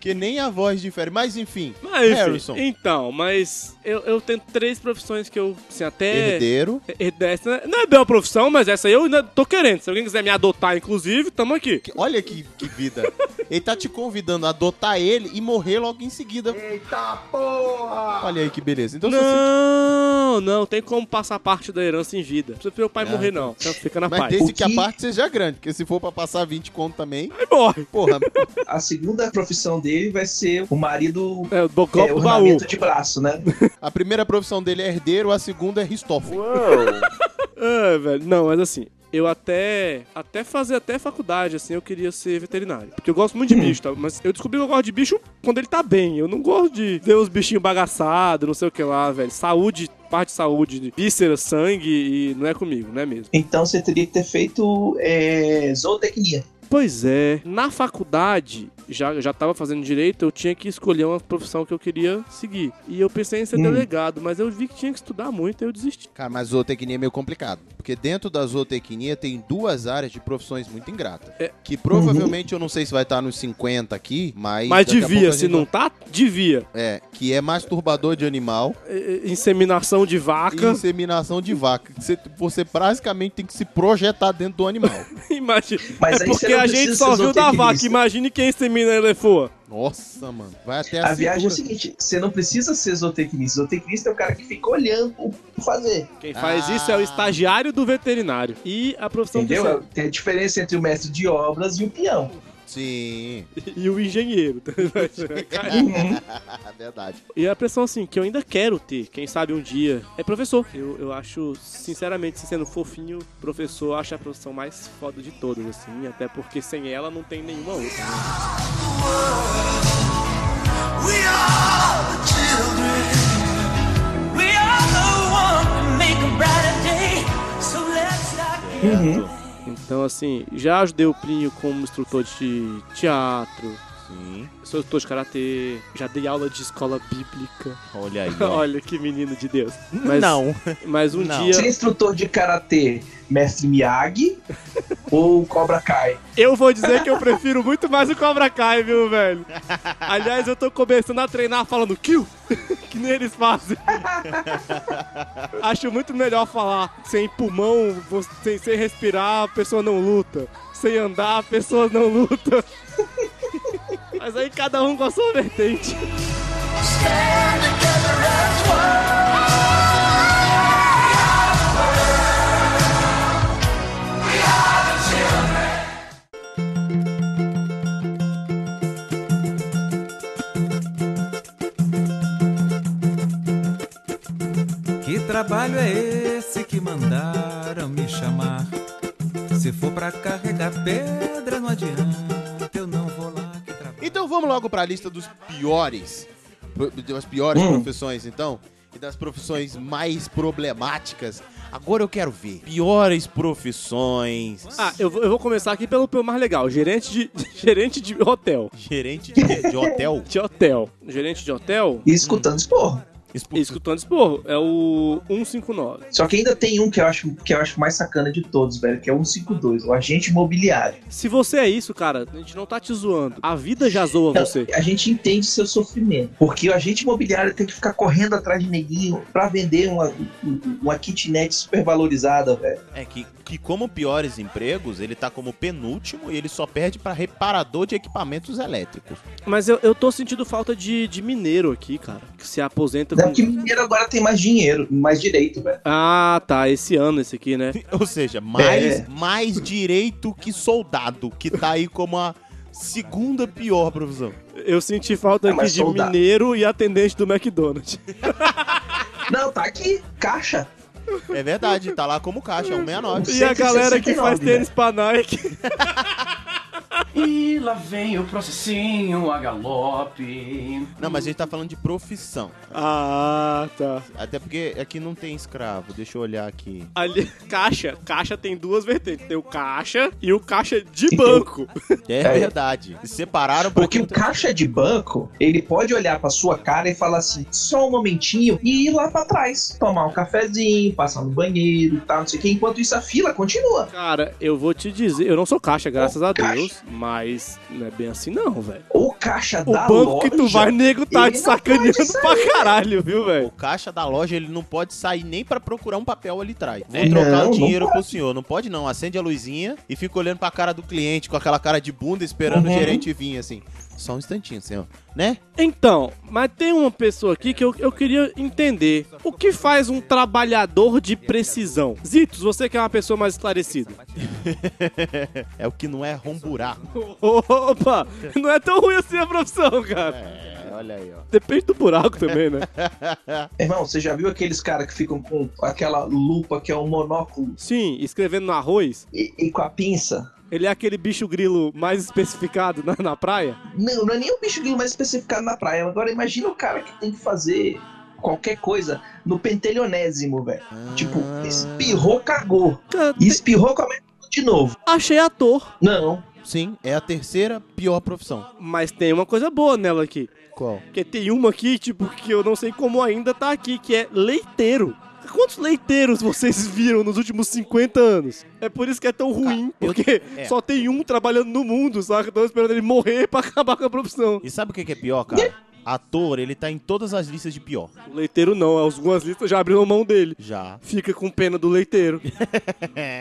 S1: Que nem a voz difere. Mas enfim,
S3: Mas, enfim,
S1: Harrison,
S3: então, mas eu, eu tenho três profissões que eu, assim, até...
S1: herdeiro.
S3: Herdesta, né? Não é bem uma profissão, mas essa aí eu ainda tô querendo. Se alguém quiser me adotar, inclusive, tamo aqui.
S1: Que- Olha que, que vida. ele tá te convidando a adotar ele e morrer logo em seguida.
S6: Eita porra!
S1: Olha aí que beleza. Então, se você
S3: Não, não, tem como passar parte da herança em vida. Não precisa ver o pai
S1: Ah,
S3: morrer,
S1: então.
S3: não. Então fica na
S1: Mas
S3: paz.
S1: desde
S2: O
S1: que a
S2: que-
S1: parte seja grande, porque se for pra passar 20 conto também,
S3: Aí morre.
S1: porra,
S2: A segunda profissão dele vai ser o marido
S3: É, o golpe
S2: é,
S3: do baú.
S2: ornamento de braço, né?
S1: a primeira profissão dele é herdeiro, a segunda é Ristófilo.
S3: Ah, velho. Não, mas assim, eu até. Até fazer até faculdade, assim, eu queria ser veterinário. Porque eu gosto muito de bicho, tá? Mas eu descobri que eu gosto de bicho quando ele tá bem. Eu não gosto de ver os bichinhos bagaçados, não sei o que lá, velho. Saúde, parte de saúde, víscera, sangue, e não é comigo, não é mesmo?
S2: Então você teria que ter feito é, zootecnia.
S3: Pois é. Na faculdade, já eu já tava fazendo direito, eu tinha que escolher uma profissão que eu queria seguir. E eu pensei em ser
S2: Hum.
S3: delegado, mas eu vi que tinha que estudar muito, aí eu desisti.
S1: Cara, mas zootecnia é meio complicado. Porque dentro da zootecnia tem duas áreas de profissões muito ingratas.
S3: É.
S1: Que provavelmente eu não sei se vai estar nos 50 aqui, mas.
S3: Mas
S1: daqui a pouco
S3: devia,
S1: a
S3: se
S1: gente
S3: não tá, devia.
S1: vai- É, que é masturbador de animal
S3: É, é, Inseminação de
S1: e
S3: vaca.
S1: inseminação de vaca. Você, você basicamente tem que se projetar dentro do animal.
S3: Imagina.
S2: Mas
S3: é
S2: aí você
S3: porque
S2: não
S3: a
S2: precisa
S3: gente
S2: ser
S3: só viu da vaca.
S2: zootecnista.
S3: Imagine quem insemina a elefoa.
S1: Nossa, mano. Vai até
S3: assim
S2: A viagem é o
S1: cintura.
S2: seguinte: você não precisa ser zootecnista. Zootecnista é o cara que fica olhando o que fazer.
S3: Quem faz
S1: Ah.
S3: isso é o estagiário do veterinário. E a profissão que
S2: Entendeu? Tem a diferença entre o mestre de obras e o peão.
S1: Sim.
S3: você- E o engenheiro. tá
S2: é.
S3: ligado? Cara,
S1: é Verdade.
S3: E a pressão, assim, que eu ainda quero ter, quem sabe um dia, é professor. Eu, eu acho, sinceramente, se sendo fofinho, professor eu acho a profissão mais foda de todas, assim, até porque sem ela não tem nenhuma outra. Então, assim, já ajudei o Plinio como instrutor de teatro,
S1: Sim.
S3: sou instrutor de karatê, já dei aula de escola bíblica.
S1: Olha aí. ó.
S3: Olha que menino de Deus. Mas, Mas um
S1: Não.
S2: Você é
S3: dia
S2: instrutor de karatê, mestre Miyagi ou Cobra Kai?
S3: eu vou dizer que eu prefiro muito mais o Cobra Kai, viu, velho? Aliás, eu tô começando a treinar falando kill, que nem eles fazem. Acho muito melhor falar sem pulmão, vo- sem, sem respirar, a pessoa não luta. Sem andar, a pessoa não luta. Mas aí cada um com a sua vertente.
S14: trabalho é esse que mandaram me chamar? Se for pra carregar pedra, não adianta, eu não vou lá.
S1: Então vamos logo pra lista dos piores. Das piores profissões, então. E das profissões mais problemáticas. Agora eu quero ver. Piores profissões.
S3: Ah, eu, vou- eu vou começar aqui pelo, pelo mais legal. Gerente de, gerente de hotel.
S1: Gerente de, hotel?
S3: de hotel. Gerente de hotel.
S2: escutando esporro.
S3: Escutando esporro. É o 159.
S2: Só que ainda tem um que eu acho que eu acho mais sacana de todos, velho, que é o 152, o agente imobiliário.
S3: Se você é isso, cara, a gente não tá te zoando. A vida já zoa
S2: Então,
S3: você.
S2: A gente entende seu sofrimento. Porque o agente imobiliário tem que ficar correndo atrás de neguinho pra vender uma, uma kitnet super valorizada, velho.
S1: É que, que como piores empregos, ele tá como penúltimo e ele só perde pra reparador de equipamentos elétricos.
S3: Mas eu, eu tô sentindo falta de, de mineiro aqui, cara. Que se aposenta com.
S2: Porque mineiro agora tem mais dinheiro, mais direito, velho.
S3: Ah, tá. Esse ano, esse aqui, né?
S1: Ou seja, Mais, mais direito que soldado, que tá aí como a segunda pior profissão.
S3: Eu senti falta
S1: Ah,
S3: aqui
S1: mas
S3: de
S1: soldado.
S3: mineiro e atendente do McDonald's.
S2: Não, tá aqui, caixa.
S1: É verdade, tá lá como caixa, é um 69.
S3: E a galera que faz tênis pra Nike.
S7: E lá vem o processinho a galope.
S1: Não, mas a gente tá falando de profissão.
S3: Ah, tá.
S1: Até porque aqui não tem escravo, deixa eu olhar aqui.
S3: Ali, caixa. Caixa tem duas vertentes. Tem o caixa e o caixa de banco.
S1: É
S2: É.
S1: verdade. Separaram pra
S2: Porque o caixa de banco, ele pode olhar pra sua cara e falar assim, só um momentinho, e ir lá pra trás, tomar um cafezinho, passar no banheiro e tal, não sei o que. Enquanto isso, a fila continua.
S3: Cara, eu vou te dizer, eu não sou caixa, graças a Deus, mas não é bem assim não, velho.
S2: O caixa
S3: O
S2: da
S3: banco
S2: loja,
S3: que tu vai, nego, tá
S2: ele
S3: te
S2: não
S3: sacaneando
S2: pode sair.
S3: pra caralho, viu, velho?
S1: O caixa da loja, ele não pode sair nem pra procurar um papel ali atrás. Vou
S2: É.
S1: trocar
S2: Não,
S1: o
S2: não
S1: dinheiro
S2: pode.
S1: pro senhor. Não pode não. Acende a luzinha e fica olhando pra cara do cliente com aquela cara de bunda esperando o
S3: Uhum.
S1: gerente vir, assim. Só um instantinho, senhor. Né?
S3: Então, mas tem uma pessoa aqui que eu, eu queria entender. O que faz um trabalhador de precisão? Zitos, você que é uma pessoa mais esclarecida.
S1: é o que não é romburar.
S3: Opa, não é tão ruim assim a profissão, cara.
S1: É, olha aí, ó.
S3: Depende do buraco também, né?
S2: Irmão, você já viu aqueles caras que ficam com aquela lupa que é um monóculo
S3: Sim, escrevendo no arroz.
S2: e, e com a pinça?
S3: Ele é aquele bicho grilo mais especificado na, na praia?
S2: Não, não é nem o bicho grilo mais especificado na praia. Agora imagina o cara que tem que fazer qualquer coisa no pentelionésimo, velho.
S1: Ah,
S2: Tipo, espirrou, cagou. E espirrou, começa tudo de novo.
S3: Achei ator.
S2: Não.
S1: Sim, é a terceira pior profissão.
S3: Mas tem uma coisa boa nela aqui.
S1: Qual?
S3: Porque tem uma aqui, tipo, que eu não sei como ainda tá aqui, que é leiteiro. Quantos leiteiros vocês viram nos últimos 50 anos? É por isso que é tão ruim, porque
S1: é.
S3: só tem um trabalhando no mundo, saca? Estão esperando ele morrer pra acabar com a profissão.
S1: E sabe o que que é pior, cara? Ator, ele tá em todas as listas de pior.
S3: O leiteiro não, é algumas listas já abriram mão dele.
S1: Já.
S3: Fica com pena do leiteiro.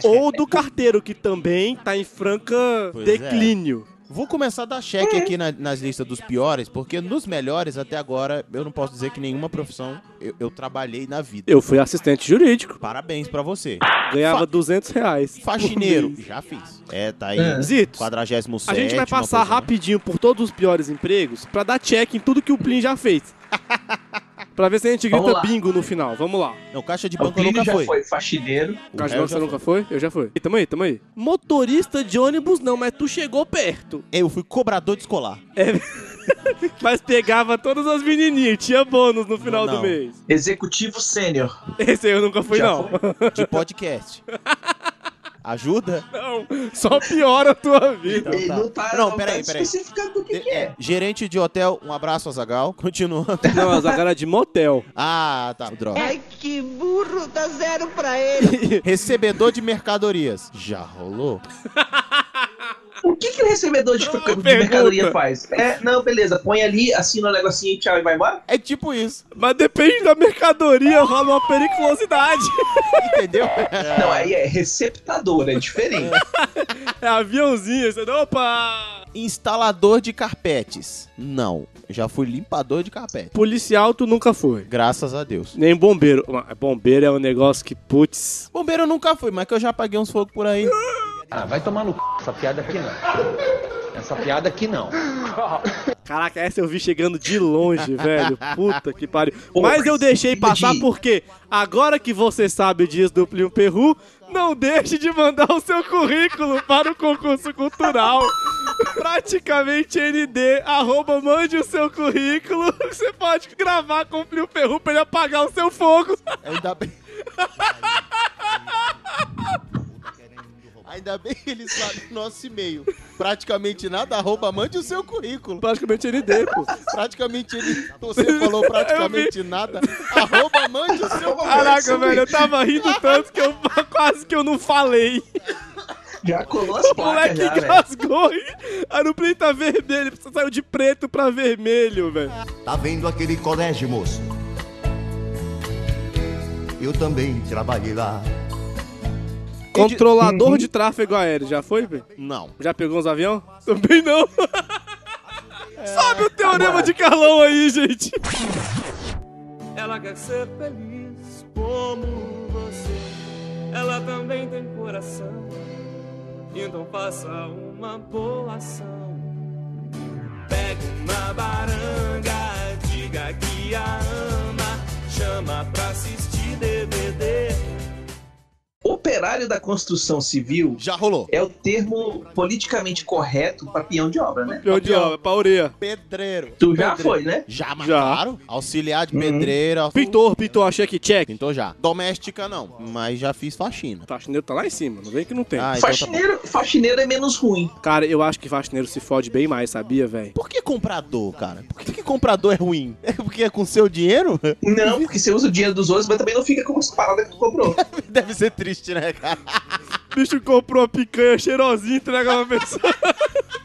S3: Ou do carteiro, que também tá em franca
S1: Pois é.
S3: declínio.
S1: Vou começar a dar check aqui na- nas listas dos piores, porque nos melhores, até agora, eu não posso dizer que nenhuma profissão eu, eu trabalhei na vida.
S3: Eu fui assistente jurídico.
S1: Parabéns pra você.
S3: Ganhava
S1: Fa-
S3: 200 reais.
S1: Faxineiro, já fiz. É, tá aí.
S3: É. Zitos,
S1: 47.
S3: A gente vai passar
S1: assim.
S3: rapidinho por todos os piores empregos pra dar check em tudo que o Plin já fez. pra ver se a gente
S1: Vamos
S3: grita
S1: lá.
S3: bingo no final. Vamos lá.
S1: Não, caixa de
S2: O
S1: banco eu
S2: Plínio
S1: nunca
S2: já
S1: foi.
S2: foi. faxineiro.
S1: O
S3: Caixa
S1: réu
S3: você
S1: já
S3: nunca foi? Eu já fui. E tamo aí, tamo aí. Motorista de ônibus não, mas tu chegou perto.
S1: Eu fui cobrador de escolar.
S3: Mas pegava todas as menininhas, tinha bônus no final
S1: Não, não.
S3: do mês.
S2: Executivo sênior.
S3: Esse aí eu nunca fui,
S1: Já
S3: não.
S1: foi. De podcast. Ajuda?
S3: Não, só piora a tua vida.
S1: Então tá. Não, peraí, peraí. É, gerente de hotel, um abraço, Azagal. Continuando.
S3: Não, Azagal é de motel.
S1: Ah, tá. Droga.
S15: que burro, dá zero pra ele.
S1: Recebedor de mercadorias. Já rolou?
S2: O que, que o recebedor de, de
S1: pergunta.
S2: mercadoria faz? É, não, beleza, põe ali, assina o negocinho, tchau e vai embora?
S1: É tipo isso.
S3: Mas depende da mercadoria, rola uma periculosidade.
S1: Entendeu?
S2: Não, aí é receptador, é diferente.
S3: É aviãozinho, você não. Opa!
S1: Instalador de carpetes. Não. Já fui limpador de carpete.
S3: Policial tu nunca foi.
S1: Graças a Deus.
S3: Nem bombeiro. Mas Bombeiro é um negócio que, putz.
S1: Bombeiro eu nunca fui, mas que eu já apaguei uns fogos por aí.
S16: Ah, vai tomar no c... essa piada aqui não. Essa piada aqui não.
S3: Caraca, essa eu vi chegando de longe, velho. Puta que pariu. Mas eu deixei passar porque agora que você sabe disso do Plinio Peru, não deixe de mandar o seu currículo para o concurso cultural. Praticamente ND, arroba, mande o seu currículo. Você pode gravar com o Plinio Peru pra ele apagar o seu fogo.
S1: Ainda bem. Ainda bem que ele sabe o nosso e-mail. Praticamente nada, arroba, mande o seu currículo.
S3: Praticamente ND, pô.
S1: Praticamente ele. então Você falou praticamente nada, arroba, mande o seu currículo.
S3: Caraca, velho, eu tava rindo tanto que eu quase que eu não falei.
S2: Já colou as
S3: O moleque
S2: placas já, velho.
S3: engasgou, hein? A duplin tá vermelho, você saiu de preto pra vermelho, velho.
S16: Tá vendo aquele colégio, moço? Eu também trabalhei lá.
S1: Uhum.
S3: Controlador de tráfego aéreo, já foi, velho?
S1: Não.
S3: Já pegou uns avião? Também não. Sobe o teorema de Carlão aí, gente.
S17: Ela quer ser feliz como você. Ela também tem coração. Então faça uma boa ação. Pega uma baranga, diga que a ama. Chama pra assistir DVD.
S2: Operário da construção civil.
S1: Já rolou.
S2: É o termo politicamente correto pra peão de obra, né?
S3: Pior de obra, paureia.
S1: Pedreiro.
S2: Tu já
S1: Pedreiro.
S2: foi, né?
S1: Já, Uhum. mas
S3: Já.
S1: claro. Auxiliar de pedreiro.
S3: Pintor, pintor, check, check.
S1: Pintor já. Doméstica não, mas já fiz faxina.
S3: Faxineiro tá lá em cima, não vem que não tem.
S1: Ah, então tá bom.
S2: Faxineiro, faxineiro é menos ruim.
S3: Cara, eu acho que faxineiro se fode bem mais, sabia, velho?
S1: Por que comprador, cara? Por que, que comprador é ruim? É porque é com seu dinheiro?
S2: Não, porque você usa o dinheiro dos outros, mas também não fica com as paradas que tu comprou.
S1: Deve ser triste, né, cara?
S3: O bicho comprou uma picanha cheirosinha e entrega uma pessoa.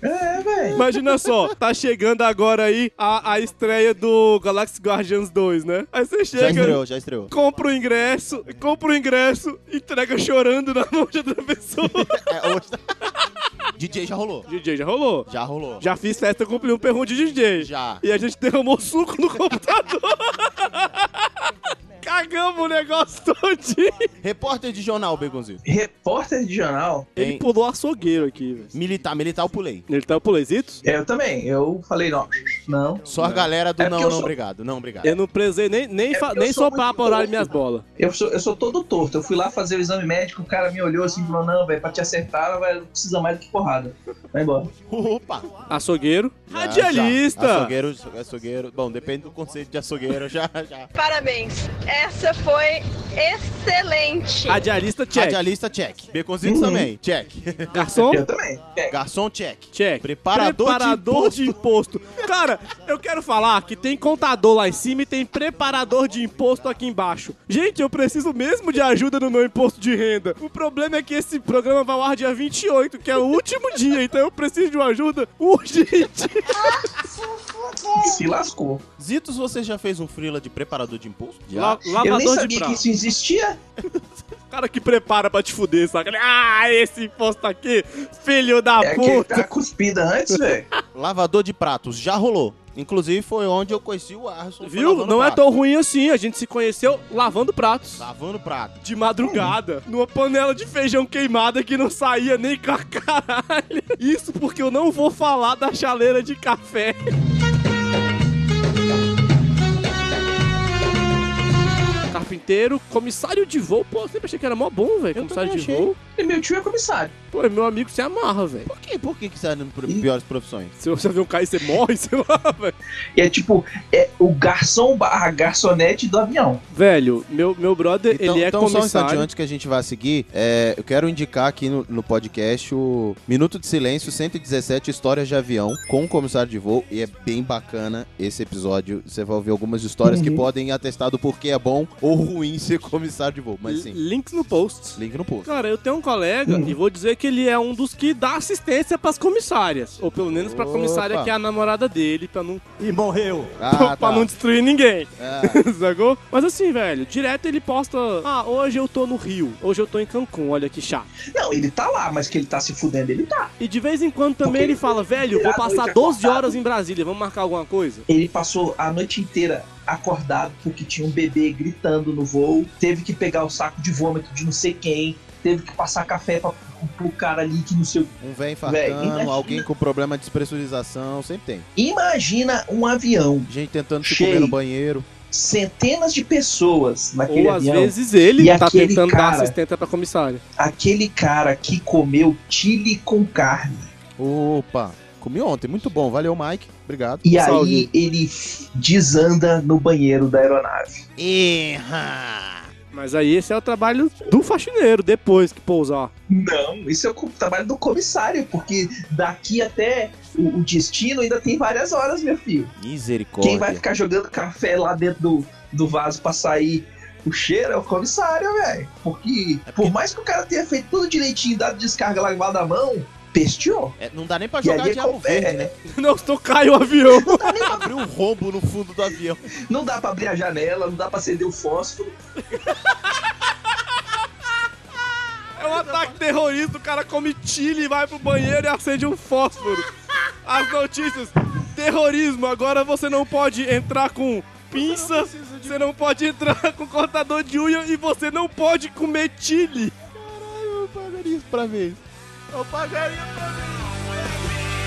S2: É, velho.
S3: Imagina só, tá chegando agora aí a, a estreia do Galaxy Guardians 2, né? Aí você
S1: Já
S3: chega,
S1: estreou, já estreou.
S3: compra o ingresso, compra o ingresso, entrega chorando na mão de outra pessoa.
S1: É, hoje... DJ já rolou.
S3: DJ já rolou.
S1: Já rolou.
S3: Já fiz festa com o Perrum de DJ.
S1: Já.
S3: E a gente derramou suco no computador. Cagamos o negócio todinho.
S1: Repórter de jornal, Begonzinho.
S2: Repórter de jornal.
S1: Tem-
S3: Ele pulou açougueiro aqui, velho.
S1: Militar, militar eu pulei.
S3: Ele tá o pulezitos?
S2: É, Eu também. Eu falei, não. Não.
S1: Só a galera do
S2: É porque
S1: não,
S2: eu
S1: não,
S2: sou-
S1: obrigado, não, obrigado.
S3: Eu não prezei nem, nem,
S1: É
S3: fa-
S2: porque eu
S3: nem
S2: sou
S3: soprar
S2: muito
S3: pra horário
S2: louco.
S3: minhas bolas.
S2: Eu sou, eu sou todo torto. Eu fui lá fazer o exame médico, o cara me olhou assim e falou: Não, velho, pra te acertar, velho, não precisa mais do que porrada. Vai embora.
S1: Opa!
S3: Açougueiro.
S1: Já,
S3: Radialista.
S1: já. Açougueiro, açougueiro. Bom, depende do conceito de açougueiro, já, já.
S18: Parabéns. Essa foi excelente.
S3: Radialista, check.
S1: Radialista, check. Beconzinho
S2: Uhum.
S1: também, check.
S3: Garçom,
S2: Eu também. É,
S1: Garçom, check.
S3: check.
S1: Preparador,
S3: Preparador
S1: de imposto.
S3: de, imposto. Cara, eu quero falar que tem contador lá em cima e tem preparador de imposto aqui embaixo. Gente, eu preciso mesmo de ajuda no meu imposto de renda. O problema é que esse programa vai ao ar dia 28, que é o último dia, então eu preciso de uma ajuda urgente.
S2: se lascou.
S1: Zitos, você já fez um frila de preparador de imposto?
S3: La-
S2: eu nem
S3: lavador de
S2: sabia que
S3: prato.
S2: isso existia.
S3: O cara que prepara pra te fuder, saca? Ele, Ah, esse imposto aqui, filho da
S2: É aquele que
S3: puta.
S2: tá cuspida antes, velho.
S1: Lavador de pratos, já rolou. Inclusive foi onde eu conheci o Arson. foi
S3: Viu?
S1: lavando
S3: Não é
S1: prato.
S3: tão ruim assim. A gente se conheceu lavando pratos.
S1: Lavando prato.
S3: De madrugada, numa panela de feijão queimada que não saía nem com a caralho. Isso porque eu não vou falar da chaleira de café. Carpinteiro, comissário de voo. Pô, eu sempre achei que era mó bom, velho. Comissário de
S1: também achei.
S3: voo.
S2: E meu tio é comissário.
S3: Pô, meu amigo se amarra, velho.
S1: Por que, por que, que você tá indo por piores profissões?
S3: Se você ver um cair, você morre, sei lá, velho.
S2: E é tipo, é o garçom barra garçonete do avião.
S3: Velho, meu, meu brother,
S1: Então,
S3: ele é
S1: então só um instante
S3: comissário.
S1: antes que a gente vá seguir, é, eu quero indicar aqui no, no podcast o Minuto de Silêncio 117 Histórias de Avião com o comissário de voo. E é bem bacana esse episódio. Você vai ouvir algumas histórias que
S2: Uhum.
S1: podem atestar do porquê é bom ou ruim ser comissário de voo. Mas sim,
S3: Links no post.
S1: link no post.
S3: Cara, eu tenho um colega
S2: Hum.
S3: e vou dizer que ele é um dos que dá assistência pras comissárias. Ou pelo menos pra
S1: Opa.
S3: comissária que é a namorada dele, pra não,
S16: E morreu.
S1: Ah,
S3: pra
S1: tá.
S3: não destruir ninguém.
S1: É.
S3: Sacou? Mas assim, velho, direto ele posta: Ah, hoje eu tô no Rio, hoje eu tô em Cancún, olha que chato.
S2: Não, ele tá lá, mas que ele tá se fudendo, ele tá.
S3: E de vez em quando também
S2: Porque
S3: ele
S2: ele
S3: fala: Velho,
S2: virar
S3: vou
S2: a
S3: passar
S2: noite
S3: 12
S2: acordado.
S3: horas em Brasília, vamos marcar alguma coisa?
S2: Ele passou a noite inteira acordado porque tinha um bebê gritando no voo, teve que pegar o saco de vômito de não sei quem, teve que passar café pra pro cara ali que não sei o
S1: Um velho infartando,
S2: imagina.
S1: alguém com problema de despressurização, sempre tem.
S2: Imagina um avião
S1: Gente tentando se
S2: Cheio.
S1: comer no banheiro.
S2: centenas de pessoas naquele
S3: Ou às
S2: avião.
S3: vezes ele
S2: E
S3: tá
S2: aquele
S3: tentando dar
S2: cara-
S3: assistência pra comissária.
S2: Aquele cara que comeu chile com carne.
S1: Opa, comi ontem, muito bom, valeu Mike, obrigado.
S2: E aí ele f- desanda no banheiro da aeronave.
S1: Erra!
S3: Mas aí esse é o trabalho do faxineiro depois que pousar.
S2: Não, isso é o co- trabalho do comissário, porque daqui até o, o destino ainda tem várias horas, meu filho.
S1: Misericórdia.
S2: Quem vai ficar jogando café lá dentro do, do vaso pra sair o cheiro é o comissário, velho. É Porque por mais que o cara tenha feito tudo direitinho, dado descarga lá embaixo da mão, pesteou.
S1: É, não dá nem pra
S2: E
S1: jogar
S2: aí é
S1: diabo
S2: com-
S1: verde,
S2: é-
S1: né?
S3: Não, estou cai o avião.
S1: Abriu um rombo no fundo do avião.
S2: Não dá pra abrir a janela, não dá pra acender o fósforo.
S3: É um ataque terrorista, o cara come chile, vai pro banheiro e acende um fósforo. As notícias: terrorismo, agora você não pode entrar com pinça, você não pode entrar com cortador de unha e você não pode comer chile.
S1: Caralho, eu pagaria isso pra ver. isso. Eu pagaria pra ver.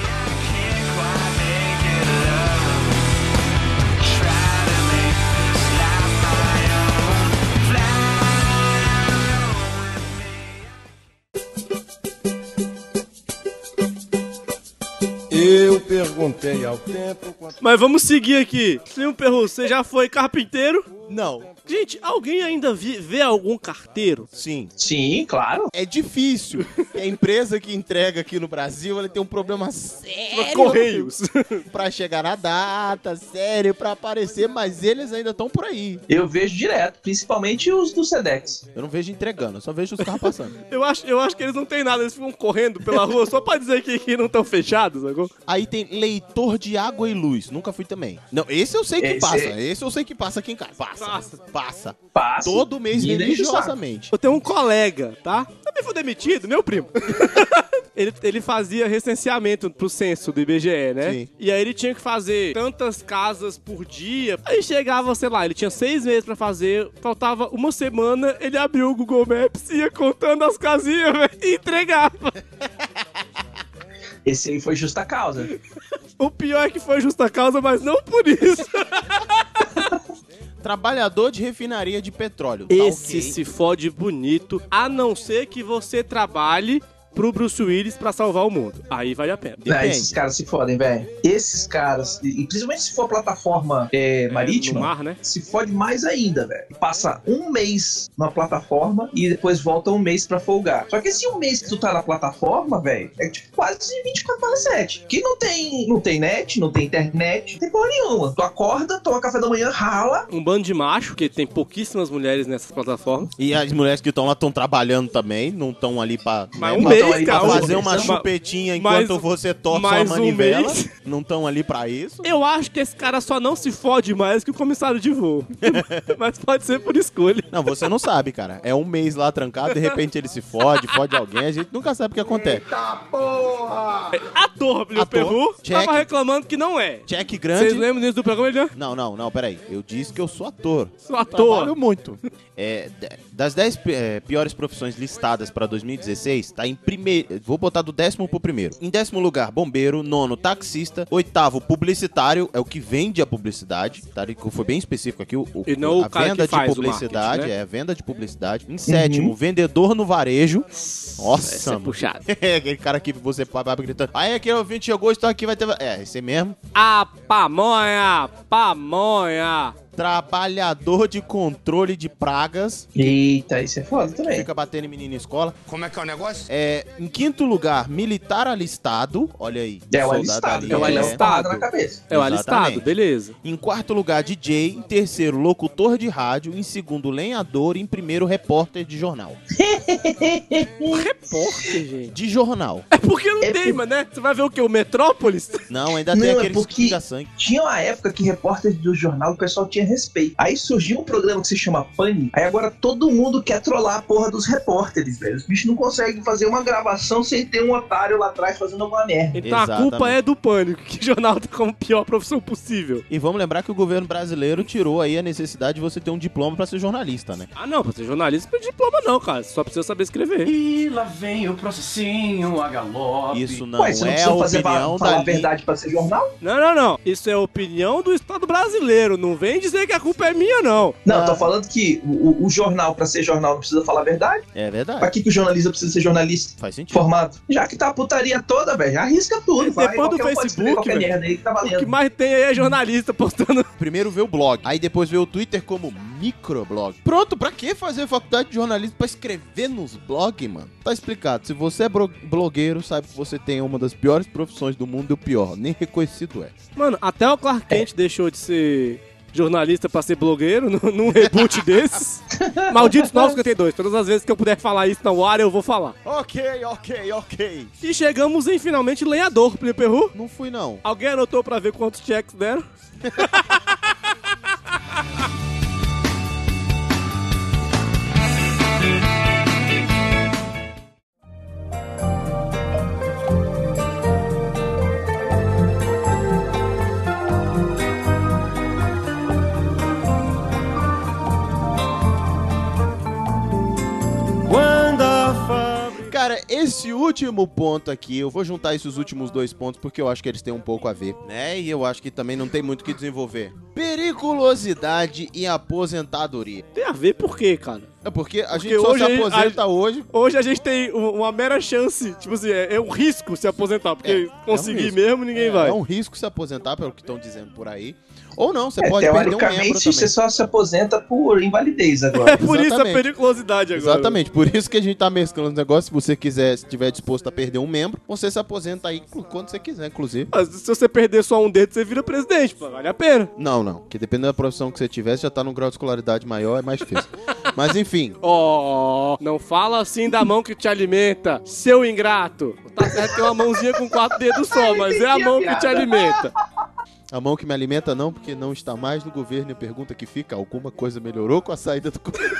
S19: Eu perguntei ao tempo quanto
S3: Mas vamos seguir aqui. Senhor Perru, você já foi carpinteiro?
S1: Não.
S3: Gente, alguém ainda vi- vê algum carteiro?
S1: Sim.
S2: Sim, claro.
S1: É difícil. a empresa que entrega aqui no Brasil, ela tem um problema sério.
S3: Correios.
S1: pra chegar na data, sério, pra aparecer, mas eles ainda estão por aí.
S2: Eu vejo direto, principalmente os do Sedex.
S1: Eu não vejo entregando, eu só vejo os carros passando.
S3: Eu acho, eu acho que eles não têm nada, eles ficam correndo pela rua só pra dizer que, que não estão fechados, agora.
S1: Aí tem leitor de água e luz, nunca fui também. Não, esse eu sei que
S2: Esse
S1: passa,
S2: é-
S1: esse eu sei que passa aqui em casa. Passa, passa.
S2: Passa.
S1: Todo mês
S2: E nem
S1: religiosamente.
S3: Eu tenho um colega, tá? Também foi demitido, meu primo. ele, ele fazia recenseamento pro censo do IBGE, né?
S1: Sim.
S3: E aí ele tinha que fazer tantas casas por dia. Aí chegava, sei lá, ele tinha seis meses pra fazer, faltava uma semana, ele abriu o Google Maps, ia contando as casinhas, velho, e entregava.
S2: Esse aí foi justa causa.
S3: O pior é que foi justa causa, mas não por isso.
S1: Trabalhador de refinaria de petróleo. Tá
S3: Esse
S1: ok.
S3: se fode bonito, a não ser que você trabalhe pro Bruce Willis pra salvar o mundo. Aí vale a pena.
S2: Não, esses caras se fodem, velho. Esses caras, e e principalmente se for plataforma é, marítima,
S3: no mar, né?
S2: se fode mais ainda, velho. Passa um mês na plataforma e depois volta um mês pra folgar. Só que esse um mês que tu tá na plataforma, velho, é tipo quase 24 horas 7. Que não tem, não tem net, não tem internet, não tem porra nenhuma. Tu acorda, toma café da manhã, rala.
S3: um bando de macho, que tem pouquíssimas mulheres nessas plataformas.
S1: E as mulheres que estão lá estão trabalhando também, não estão ali pra,
S3: Mas
S1: né,
S3: um
S1: pra-
S3: mês,
S1: pra
S3: cara, um
S1: fazer uma
S3: mês.
S1: chupetinha enquanto
S3: Mas-
S1: você torce uma
S3: mais um
S1: manivela.
S3: mês.
S1: Não estão ali pra isso.
S3: Eu acho que esse cara só não se fode mais que o comissário de voo. Mas pode ser por escolha.
S1: Não, você não sabe, cara. É um mês lá trancado, de repente ele se fode, fode alguém, a gente nunca sabe o que acontece.
S3: Ator, Blue
S1: Ator,
S3: Peru,
S1: check.
S3: tava reclamando que não é.
S1: Cheque
S3: Vocês
S1: grande.
S3: lembram disso do programa, Elian?
S1: Não, não, não, peraí. Eu disse que eu sou ator.
S3: Sou ator.
S1: Trabalho muito. É, d- das 10 pi- eh, piores profissões listadas pra 2016, tá em primeiro. Vou botar do décimo pro primeiro. Em décimo lugar, bombeiro. Nono, taxista. Oitavo, publicitário. É o que vende a publicidade. Tá? Ele Foi bem específico aqui. O, o-
S3: E não o
S1: a
S3: cara
S1: venda
S3: que faz
S1: de
S3: o marketing,
S1: publicidade.
S3: né?
S1: É, venda de publicidade. Em sétimo, vendedor no varejo. Nossa,
S3: Essa é
S1: mano.
S3: puxada.
S1: É, aquele cara que você vai gritando. Aí aquele ouvinte chegou, está aqui, vai ter. va-" É, esse mesmo.
S3: A pamonha, pamonha.
S1: Trabalhador de controle de pragas.
S2: Eita, isso é foda também.
S1: Fica batendo em menino em escola.
S19: Como é que é o negócio?
S1: É, em quinto lugar, militar alistado. Olha aí.
S2: É o
S1: soldado
S2: alistado,
S1: ali,
S2: é
S1: é.
S2: o alistado na cabeça.
S3: É o
S1: Exatamente.
S3: alistado, beleza.
S1: Em quarto lugar, DJ. Em terceiro, locutor de rádio. Em segundo, lenhador. Em primeiro, repórter de jornal.
S3: Repórter, gente.
S1: De jornal.
S3: É porque não tem, mano, né? Você vai ver o quê? O Metrópolis?
S1: Não, ainda
S2: Não,
S1: tem
S2: é
S1: aqueles
S2: porque-
S1: que pinga sangue.
S2: Tinha uma época que repórter do jornal, o pessoal tinha tinha respeito. Aí surgiu um programa que se chama Pane, aí agora todo mundo quer trollar a porra dos repórteres, velho. Os bichos não conseguem fazer uma gravação sem ter um otário lá atrás fazendo alguma merda.
S3: Então a culpa é do pânico, que o jornal tá com a pior profissão possível.
S1: E vamos lembrar que o governo brasileiro tirou aí a necessidade de você ter um diploma pra ser jornalista, né?
S3: Ah não, pra ser jornalista não precisa de diploma não, cara. Só precisa saber escrever.
S7: E lá vem o processinho, a galope.
S1: Isso não
S2: Ué, você não
S1: é
S2: precisa fazer pra
S1: opinião
S2: falar
S1: da
S2: a verdade pra ser jornal?
S3: Não, não, não. Isso é opinião do Estado brasileiro. Não vem dizer que a culpa é minha, não.
S2: Não, eu
S1: Ah.
S2: tô falando que o, o- o jornal, pra ser jornal, não precisa falar a verdade.
S1: É
S2: Pra
S1: verdade.
S2: que, que o jornalista precisa ser jornalista?
S1: Faz sentido.
S2: Formado. Já que tá a putaria toda, velho, arrisca tudo. Vai,
S3: Depois do
S2: qualquer um pode escrever
S3: Facebook,
S2: qualquer
S3: velho.
S2: merda aí que tá
S3: O que
S2: valendo.
S3: mais tem aí é jornalista postando.
S1: Primeiro vê o blog, aí depois vê o Twitter como microblog. Pronto, pra que fazer faculdade de jornalismo pra escrever nos blogs, mano? Tá explicado. Se você é bro- blogueiro, sabe que você tem uma das piores profissões do mundo e o pior, nem reconhecido é.
S3: Mano, até o Clark Kent deixou de ser jornalista pra ser blogueiro num num reboot desses. Malditos 952. Todas as vezes que eu puder falar isso na hora, eu vou falar.
S1: Ok, ok, ok.
S3: E chegamos em finalmente lenhador, Plio Perru.
S1: Não fui não.
S3: Alguém anotou pra ver quantos checks deram?
S9: Quando a fábrica.
S1: Cara, esse último ponto aqui, eu vou juntar esses últimos dois pontos porque eu acho que eles têm um pouco a ver, né? E eu acho que também não tem muito o que desenvolver. Periculosidade e aposentadoria.
S3: Tem a ver por quê, cara?
S1: É porque a
S3: Porque
S1: gente só
S3: hoje
S1: se
S3: a-
S1: aposenta hoje.
S3: Hoje a gente tem um- uma mera chance, tipo assim, é é um risco se aposentar, porque
S1: É, é um
S3: conseguir
S1: risco.
S3: mesmo ninguém
S1: É,
S3: vai.
S1: é um risco se aposentar, pelo que estão dizendo por aí. Ou não, você
S2: É,
S1: pode perder um membro
S2: teoricamente,
S1: também.
S2: você só se aposenta por invalidez
S3: É
S2: agora.
S3: por isso a
S1: exatamente.
S3: periculosidade agora.
S1: Exatamente, por isso que a gente tá mesclando os negócios. Se você quiser, se tiver disposto a perder um membro, você se aposenta aí clu- quando você quiser, inclusive.
S3: Mas Ah, se você perder só um dedo, você vira presidente, pô, vale a pena.
S1: Não, não. Porque dependendo da profissão que você tiver, você já tá num grau de escolaridade maior, é mais difícil. Mas enfim,
S3: Ó, não fala assim da mão que te alimenta, seu ingrato. Tá certo, tem uma mãozinha com quatro dedos
S1: Ah,
S3: só, mas é a mão que te alimenta.
S1: a mão que me alimenta não, porque não está mais no governo. E a pergunta que fica: alguma coisa melhorou com a saída do governo?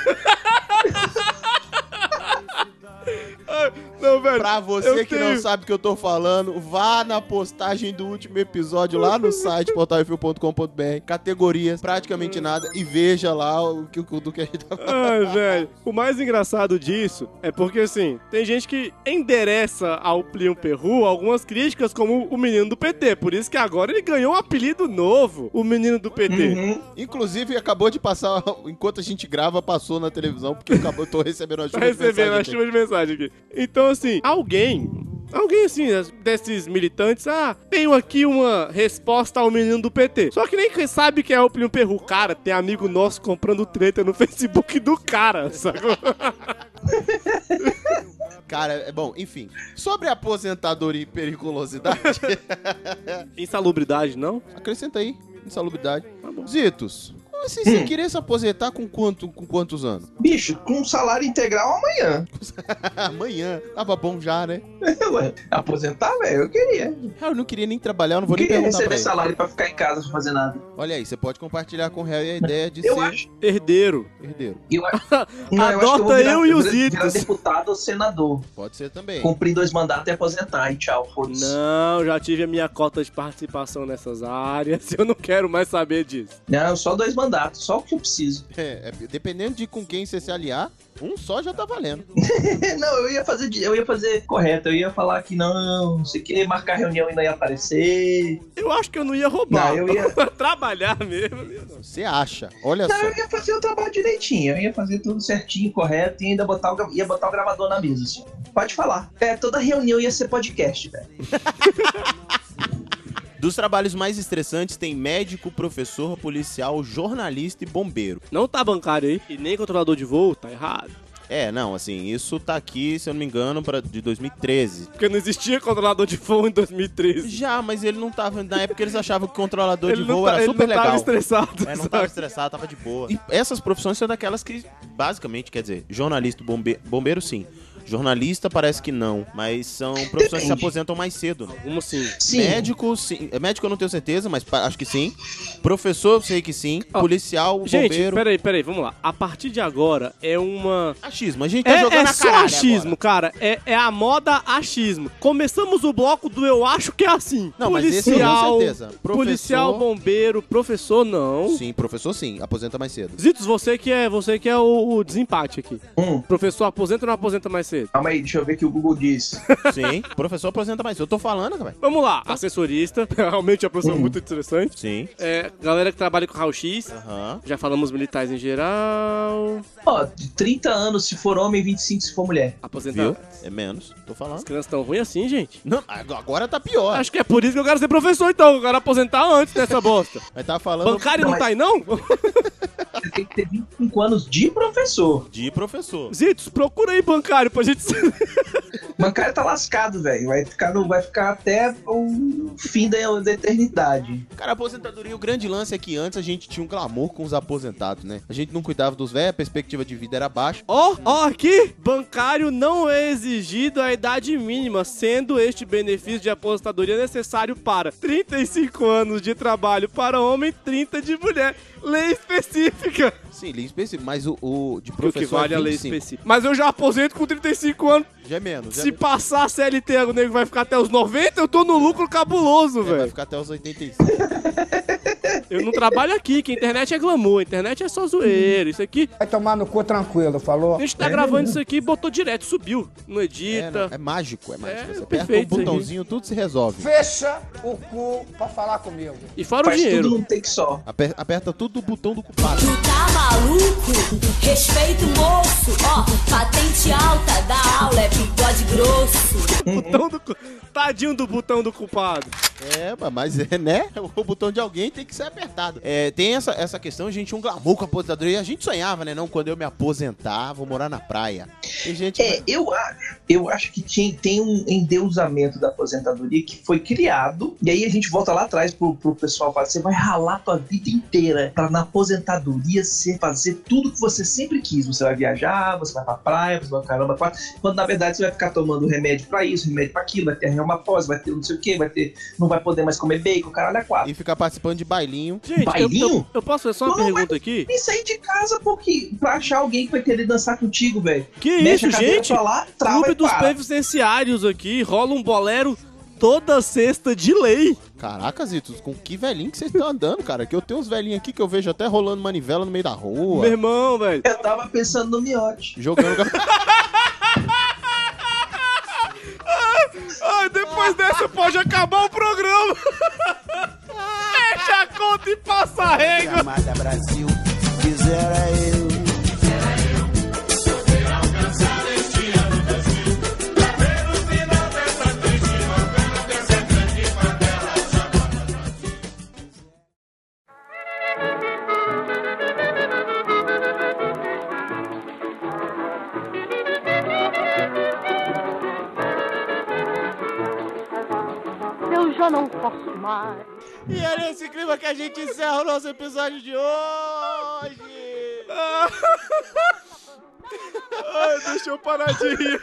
S3: Não, velho.
S1: Pra você
S3: Eu
S1: que
S3: tenho.
S1: não sabe o que eu tô falando, vá na postagem do último episódio lá no site portalrefil.com.br, categorias, praticamente nada, e veja lá o que o- do que a gente tá falando.
S3: Ai, velho. O mais engraçado disso é porque, assim, tem gente que endereça ao Plium Perru algumas críticas, como o menino do PT. Por isso que agora ele ganhou um apelido novo, o menino do PT.
S2: Uhum.
S1: Inclusive, acabou de passar, enquanto a gente grava, passou na televisão, porque acabou, eu tô recebendo a
S3: Tá
S1: chuva de
S3: recebendo
S1: mensagem
S3: uma
S1: aqui.
S3: chuva de mensagem aqui. Então, assim, alguém. Alguém assim, desses militantes, ah, tenho aqui uma resposta ao menino do PT. Só que nem quem sabe que é o Plínio Perru. Cara, tem amigo nosso comprando treta no Facebook do cara, sacou?
S1: Cara, é bom, enfim. Sobre aposentadoria e periculosidade,
S3: Insalubridade, não?
S1: acrescenta aí, insalubridade.
S3: Tá bom.
S1: Zitos, você, você
S2: Hum.
S1: queria se aposentar com, quanto, com quantos anos?
S2: Bicho, com um salário integral amanhã.
S1: Amanhã. Tava bom já, né?
S2: Ué, aposentar, velho, eu queria.
S1: Ah, eu não queria nem trabalhar, eu não vou
S2: Não
S1: nem
S2: queria
S1: perguntar pra
S2: receber
S1: ele.
S2: salário pra ficar em casa sem fazer nada.
S1: Olha aí, você pode compartilhar com o Harry a ideia de
S2: Eu
S1: ser
S2: acho.
S3: Herdeiro.
S1: herdeiro.
S2: Eu acho, não, eu acho que eu
S3: Adota
S2: vou virar,
S3: eu e os
S2: virar- virar
S3: idos.
S2: deputado ou senador.
S1: Pode ser também.
S2: Cumprir dois mandatos e aposentar. E tchau, foda-se.
S3: Não, já tive a minha cota de participação nessas áreas. Eu não quero mais saber disso.
S2: Não, só dois mandatos, só o que eu preciso.
S1: É, é, dependendo de com quem você se aliar, um só já tá valendo.
S2: não, eu ia fazer, de- eu ia fazer correto, eu ia falar que não, não sei o que, marcar reunião e não ia aparecer.
S3: Eu acho que eu não ia roubar.
S2: Não, eu ia-
S3: Trabalhar mesmo.
S1: Você acha. Olha
S2: Não,
S1: só.
S2: eu ia fazer o trabalho direitinho, eu ia fazer tudo certinho, correto, e ainda botar o, gra- ia botar o gravador na mesa, assim. Pode falar. É, toda reunião ia ser podcast, velho.
S1: Dos trabalhos mais estressantes tem médico, professor, policial, jornalista e bombeiro.
S3: Não tá bancário aí. E nem controlador de voo, tá errado.
S1: É, não, assim, isso tá aqui, se eu não me engano, pra, de 2013.
S3: Porque não existia controlador de voo em 2013.
S1: Já, mas ele não tava. Na época eles achavam que o controlador
S3: ele
S1: de voo
S3: não, tá-
S1: era
S3: ele
S1: super
S3: não tava
S1: legal.
S3: estressado.
S1: É, não
S3: sabe?
S1: tava estressado, tava de boa. E essas profissões são daquelas que, basicamente, quer dizer, jornalista, bombe- bombeiro, sim. Jornalista parece que não, mas são profissões que se
S3: Depende.
S1: aposentam mais cedo. Né?
S3: Como assim?
S1: Médico, sim. É, Médico eu não tenho certeza, mas pa- acho que sim. Professor, eu sei que sim. Policial,
S3: Gente,
S1: bombeiro.
S3: peraí, peraí, vamos lá. A partir de agora é uma.
S1: Achismo, a gente tá
S3: é,
S1: jogando
S3: é
S1: na
S3: só
S1: caralha
S3: achismo, cara. É, é a moda achismo. Começamos o bloco do eu acho que é assim.
S1: Não, mas esse eu tenho
S3: policial,
S1: certeza. Professor-
S3: policial, bombeiro, professor não.
S1: Sim, professor sim, aposenta mais cedo.
S3: Zitos, você que é, você que é o, o desempate aqui. Professor aposenta ou não aposenta mais cedo?
S2: Calma aí, deixa eu ver o que o Google diz.
S1: Sim, professor aposenta mais cedo. Eu tô falando, cara.
S3: Vamos lá,
S1: Tá.
S3: assessorista, realmente é uma profissão muito interessante.
S1: Sim.
S3: É, galera que trabalha com raio-x, já falamos militares em geral.
S2: Ó, de 30 anos se for homem, 25 se for mulher.
S3: Aposentado.
S1: É menos, tô falando.
S3: As crianças tão ruins assim, gente.
S1: Não, agora tá pior.
S3: Acho que é por isso que eu quero ser professor, então. Eu quero aposentar antes dessa bosta.
S1: Mas tá falando.
S3: Bancário não tá aí, não?
S2: Tem que ter 25 anos de professor.
S1: De professor.
S3: Zitos, procura aí bancário pra gente.
S2: Bancário tá lascado, velho. Vai ficar, no- vai ficar até o fim da, da eternidade.
S1: Cara, a aposentadoria, o grande lance é que antes a gente tinha um clamor com os aposentados, né? A gente não cuidava dos velhos, a perspectiva de vida era baixa.
S3: Ó, ó, aqui! Bancário não é exigido a idade mínima, sendo este benefício de aposentadoria necessário para 35 anos de trabalho para homem, 30 de mulher. Lei específica!
S1: Sim, lei específica, mas o, o de
S3: Que o
S1: professor
S3: que vale
S1: é
S3: a lei
S1: 25.
S3: específica. Mas eu já aposento com 35 anos.
S1: Já é menos. Já
S3: Se passar a CLT, o nego vai ficar até os 90, eu tô no lucro cabuloso, velho. Vai
S1: É, ficar até os 85.
S3: Eu não trabalho aqui, que a internet é glamour, a internet é só zoeira. Isso aqui.
S20: Vai tomar no cu tranquilo, falou?
S3: A gente tá gravando isso aqui e botou direto, subiu. Não edita.
S1: É, não, é mágico, é mágico.
S3: É
S1: Você aperta um
S3: perfeito isso aqui.
S1: botãozinho, tudo se resolve.
S20: Fecha o cu pra falar comigo.
S3: E fora o dinheiro.
S2: take só.
S1: Aper- aperta tudo o botão do culpado.
S21: Tá maluco? Respeita o moço, ó. Patente alta, dá aula, é bigode grosso.
S3: Botão do cu- Tadinho do botão do culpado.
S1: É, mas- mas é, né? O botão de alguém tem que ser apertado. É, tem essa, essa questão, a gente tinha um glamour com a aposentadoria. A gente sonhava, né? Não, quando eu me aposentar, vou morar na praia. Tem gente que-
S2: É, eu acho, eu acho que tinha, tem um endeusamento da aposentadoria que foi criado, e aí a gente volta lá atrás pro, pro pessoal falar, você vai ralar tua vida inteira pra na aposentadoria você fazer tudo que você sempre quis. Você vai viajar, você vai pra praia, você vai pra caramba, quatro, quando na verdade você vai ficar tomando remédio pra isso, remédio pra aquilo, vai ter reumatose, vai ter não sei o que, vai ter, não vai poder mais comer bacon, caralho, é quatro.
S1: E ficar participando de bailinho.
S3: Gente, eu,
S2: Bailinho?
S3: eu, eu posso fazer só uma
S2: Não,
S3: pergunta aqui?
S2: E sair de casa porque, pra achar alguém que vai querer dançar contigo, velho.
S3: Que
S2: Mexe
S3: isso,
S2: a cadeira
S3: gente?
S2: Pra lá, trava
S3: Clube
S2: e
S3: dos
S2: para.
S3: Previdenciários aqui, rola um bolero toda sexta de lei.
S1: Caraca, Zitos, com que velhinho que vocês estão andando, cara? Que eu tenho uns velhinhos aqui que eu vejo até rolando manivela no meio da rua.
S3: Meu irmão, velho.
S2: Eu tava pensando no miote.
S1: Jogando.
S3: Ai, depois dessa pode acabar o programa. Fecha a conta e passa a régua.
S9: Amada Brasil, quisera eu.
S10: Eu já não posso mais.
S1: E é nesse clima que a gente encerra o nosso episódio de hoje!
S3: Ai, deixa eu parar de rir.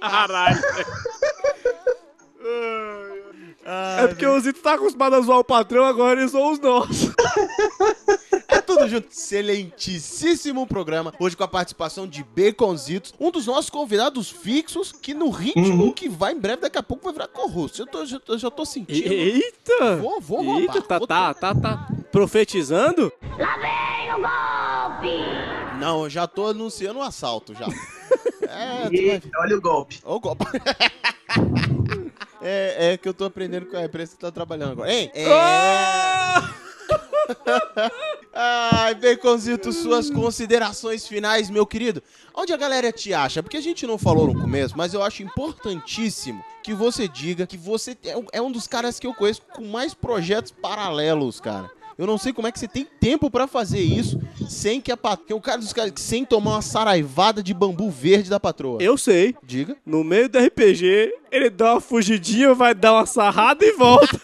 S3: Caralho. é porque o Zito tá acostumado a zoar o patrão, agora eles zoam os nossos.
S1: É tudo junto. Excelentíssimo programa. Hoje com a participação de Baconzitos, um dos nossos convidados fixos, que no ritmo
S3: Uhum.
S1: que vai em breve, daqui a pouco vai virar corruço. Eu, tô- eu tô- eu já tô sentindo.
S3: Eita!
S1: Vou, vou roubar.
S3: Eita, tá, tá, tá, tá profetizando?
S1: Não, eu já tô anunciando um assalto já. É,
S2: olha o golpe.
S1: Olha o golpe. é, é que eu tô aprendendo com a empresa que tá trabalhando agora. Ei! É... Ai, Baconzito, suas considerações finais, meu querido. Onde a galera te acha? Porque a gente não falou no começo, mas eu acho importantíssimo que você diga que você é um- é um dos caras que eu conheço com mais projetos paralelos, cara. Eu não sei como é que você tem tempo pra fazer isso sem que a patroa. O cara dos caras sem tomar uma saraivada de bambu verde da patroa.
S3: Eu sei.
S1: Diga.
S3: No meio do RPG, ele dá uma fugidinha, vai dar uma sarrada e volta.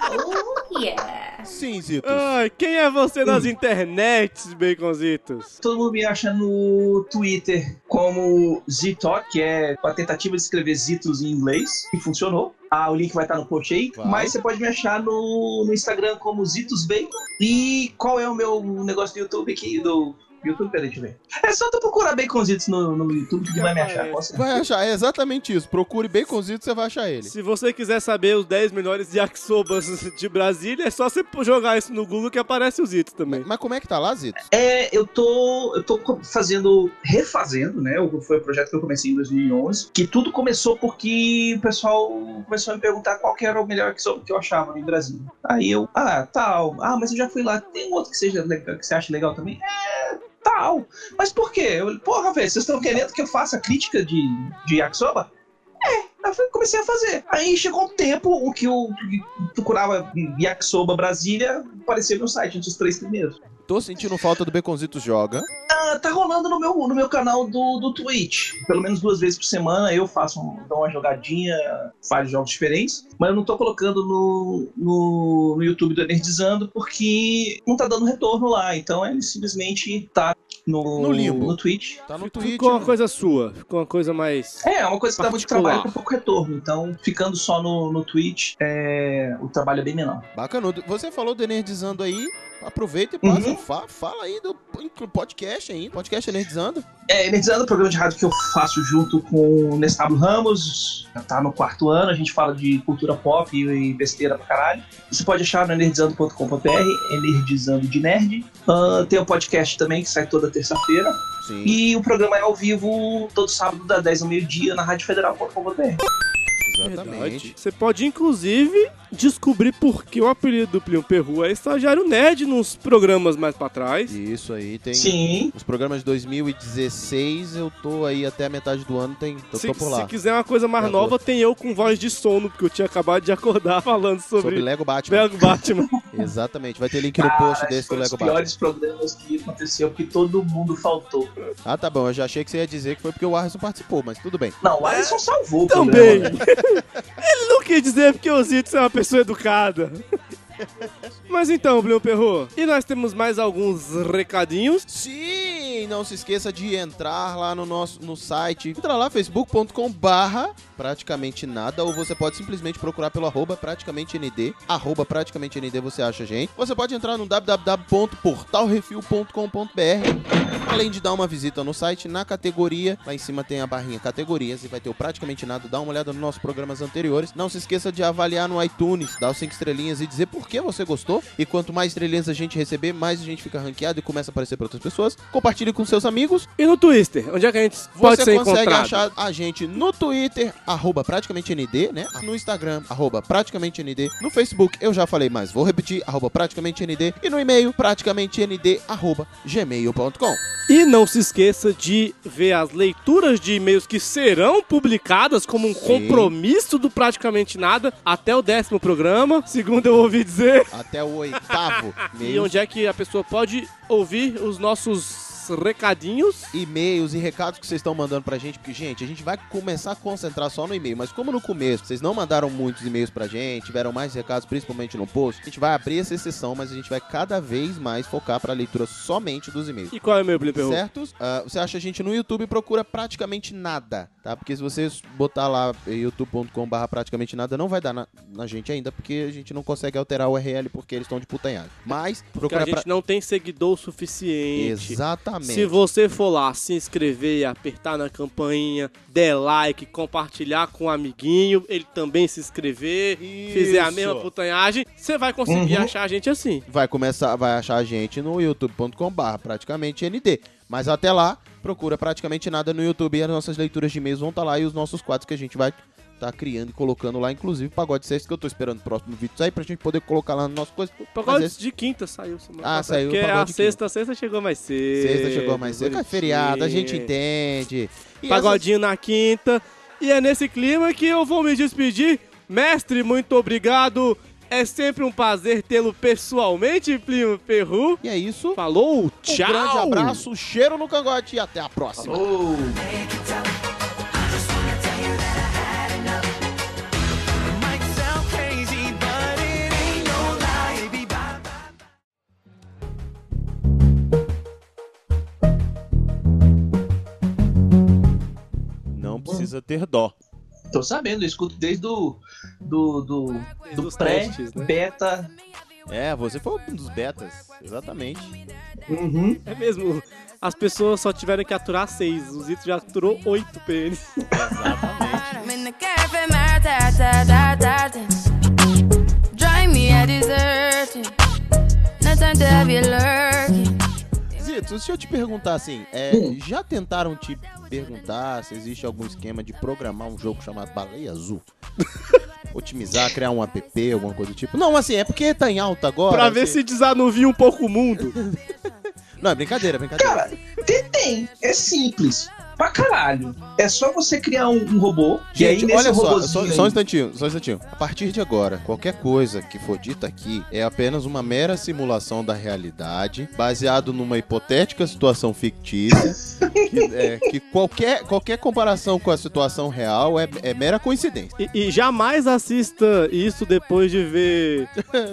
S4: é?
S21: Oh, yeah.
S1: Se assim, Zitos?
S3: Ai, quem é você nas internets, Baconzitos?
S2: Todo mundo me acha no Twitter como Zitok, que é a tentativa de escrever Zitos em inglês, e funcionou. Ah, o link vai estar no post aí.
S1: Vai.
S2: Mas você pode me achar no, no Instagram como Zitos Bacon. E qual é o meu negócio do YouTube aqui? Do YouTube, peraí, deixa eu ver. É só tu procurar Baconzitos no, no YouTube que tu vai me achar. Posso
S1: Vai achar, é exatamente isso. Procure Baconzitos, você vai achar ele.
S3: Se você quiser saber os 10 melhores yakisobas de Brasília, é só você jogar isso no Google que aparece os Zitos também.
S1: Mas como é que tá lá, Zitos?
S2: É, eu tô, eu tô co- fazendo, refazendo, né? o- Foi o projeto que eu comecei em 2011, que tudo começou porque o pessoal começou a me perguntar qual que era o melhor que eu, que eu achava em Brasil. Aí eu, ah, tal, ah, mas eu já fui lá, tem outro que seja legal, que você acha legal também? É, tal. Mas por quê? Eu, porra, velho, vocês estão querendo que eu faça crítica de, de yakisoba? Aí eu fui- comecei a fazer. Aí chegou um tempo o que eu procurava Yakisoba Brasília, apareceu meu site, entre os três primeiros.
S1: Tô sentindo falta do Baconzitos Joga.
S2: Ah, tá rolando no meu, no meu canal do, do Twitch. Pelo menos duas vezes por semana eu faço um- dou uma jogadinha, vários jogos diferentes. Mas eu não tô colocando no, no, no YouTube do Nerdizando porque não tá dando retorno lá. Então ele simplesmente tá no,
S1: No limbo.
S2: no Twitch.
S1: Tá no Twitch.
S3: Ficou uma coisa sua, ficou uma coisa mais.
S2: É, é uma coisa que dá muito trabalho com
S3: particular.
S2: pouco retorno. Então, ficando só no, no Twitch, é, o trabalho é bem menor.
S1: Bacanudo. Você falou do Nerdizando aí. Aproveita e passa. fa- fala aí do podcast aí. Podcast Nerdizando.
S2: É, Nerdizando é um programa de rádio que eu faço junto com o Nestablo Ramos, já tá no quarto ano, a gente fala de cultura pop e besteira pra caralho. Você pode achar no nerdizando.com.br, é Nerdizando de Nerd. Ah, tem o podcast também que sai toda terça-feira.
S1: Sim.
S2: E o programa é ao vivo todo sábado, da 10 ao meio-dia, na radiofederal.com.br.
S1: Exatamente.
S3: Você pode, inclusive, descobrir por que o apelido do Plinio Perru é estagiário nerd nos programas mais pra trás.
S1: Isso aí, tem.
S2: Sim.
S1: Os programas de 2016, eu tô aí até a metade do ano, tem. Eu
S3: Se,
S1: tô por lá.
S3: se quiser uma coisa mais
S1: É,
S3: nova, tem eu com voz de sono, porque eu tinha acabado de acordar falando sobre,
S1: Sobre Lego Batman.
S3: Lego Batman.
S1: Exatamente. Vai ter link no post desse do
S2: Foi um dos
S1: Lego Batman.
S2: piores programas que aconteceu, porque todo mundo faltou.
S1: Ah, tá bom. Eu já achei que você ia dizer que foi porque o Arson participou, mas tudo bem.
S2: Não, o Alisson salvou o
S3: Também.
S2: programa. né?
S3: Ele não quis dizer porque o Zito é uma pessoa educada. Mas então, Blue Perro, e nós temos mais alguns recadinhos.
S1: Sim, não se esqueça de entrar lá no nosso no site. Entra lá, facebook.com barra praticamente nada, ou você pode simplesmente procurar pelo arroba praticamente nd, arroba praticamente nd você acha, a gente. Você pode entrar no www.portalrefil.com.br, além de dar uma visita no site, na categoria, lá em cima tem a barrinha categorias e vai ter o praticamente nada, dá uma olhada nos nossos programas anteriores. Não se esqueça de avaliar no iTunes, dar os 5 estrelinhas e dizer por que você gostou. E quanto mais estrelinhas a gente receber, mais a gente fica ranqueado e começa a aparecer para outras pessoas. Compartilhe com seus amigos.
S3: E no Twister, onde é que a gente pode
S1: Você
S3: ser
S1: consegue
S3: encontrado?
S1: achar a gente no Twitter, arroba praticamente ND, né? No Instagram, arroba praticamente ND. No Facebook, eu já falei, mas vou repetir, arroba praticamente ND. E no e-mail, praticamente ND, arroba gmail.com.
S3: E não se esqueça de ver as leituras de e-mails que serão publicadas como um compromisso do Praticamente Nada até o décimo programa, segundo eu ouvi dizer.
S1: Até o oitavo.
S3: E onde é que a pessoa pode ouvir os nossos recadinhos?
S1: e-mails e recados que vocês estão mandando pra gente, porque, gente, a gente vai começar a concentrar só no e-mail, mas como no começo vocês não mandaram muitos e-mails pra gente, tiveram mais recados, principalmente no post, a gente vai abrir essa exceção, mas a gente vai cada vez mais focar pra leitura somente dos e-mails.
S3: E qual é o meu Blipper?
S1: Certos? Ah, você acha a gente no YouTube e procura praticamente nada, tá? Porque se você botar lá eh, youtube.com/barra praticamente nada, não vai dar na, na gente ainda, porque a gente não consegue alterar o URL porque eles estão de putanhado. Mas
S3: Porque a
S1: procura
S3: gente
S1: pra...
S3: não tem seguidor suficiente.
S1: Exatamente.
S3: Se você for lá se inscrever, apertar na campainha, der like, compartilhar com um amiguinho, ele também se inscrever, fizer a mesma putanhagem, você vai conseguir
S1: Uhum.
S3: achar a gente assim.
S1: vai começar, vai achar a gente no youtube.com/barra praticamente ND. Mas até lá, procura praticamente nada no YouTube e as nossas leituras de e-mails vão estar lá e os nossos quadros que a gente vai estar criando e colocando lá, inclusive o pagode sexto que eu tô esperando o próximo vídeo sair pra gente poder colocar lá no nosso coisa.
S3: O pagode
S1: Mas esse-
S3: de quinta saiu semana
S1: Ah,
S3: passada,
S1: saiu o
S3: Porque
S1: pagode
S3: a
S1: de
S3: sexta, a sexta chegou mais cedo.
S1: Sexta chegou mais cedo, é
S3: bonitinho.
S1: feriado, a gente entende. E
S3: Pagodinho na quinta. E é nesse clima que eu vou me despedir. Mestre, muito obrigado. É sempre um prazer tê-lo pessoalmente, Plínio Ferru.
S1: E é isso.
S3: Falou,
S1: essas-
S3: tchau.
S1: Um grande abraço, cheiro no cangote e até a próxima.
S9: Might sound crazy, but it ain't no lie. Baby, bye bye.
S1: precisa ter dó.
S2: Tô sabendo, eu escuto desde o do, do,
S3: Desde
S2: do
S3: os testes, né?
S2: pré-beta.
S1: É, você foi um dos betas, exatamente.
S2: Uhum.
S3: É mesmo, as pessoas só tiveram que aturar seis, o Zito já aturou oito PNs.
S4: in the cafe, my ta ta ta ta ta. Drive me a dessert. No time to have you lurking.
S1: Zito, se eu te perguntar assim, é,
S2: Hum.
S1: já tentaram te perguntar se existe algum esquema de programar um jogo chamado Baleia Azul? Otimizar, criar um app, alguma coisa do tipo? Não, assim, é porque tá em alta agora. assim.
S3: Pra ver se desanuvia um pouco o mundo.
S1: Não, é brincadeira, é brincadeira.
S2: Cara, tem, tem. É simples. Pra caralho. É só você criar um, um robô. e aí,
S1: Gente,
S2: nesse
S1: olha só,
S2: robôzinho
S1: só,
S2: aí-
S1: só um instantinho, só um instantinho. A partir de agora, qualquer coisa que for dita aqui é apenas uma mera simulação da realidade, baseado numa hipotética situação fictícia, que, é, que qualquer, qualquer comparação com a situação real é, é mera coincidência.
S3: E, e jamais assista isso depois de ver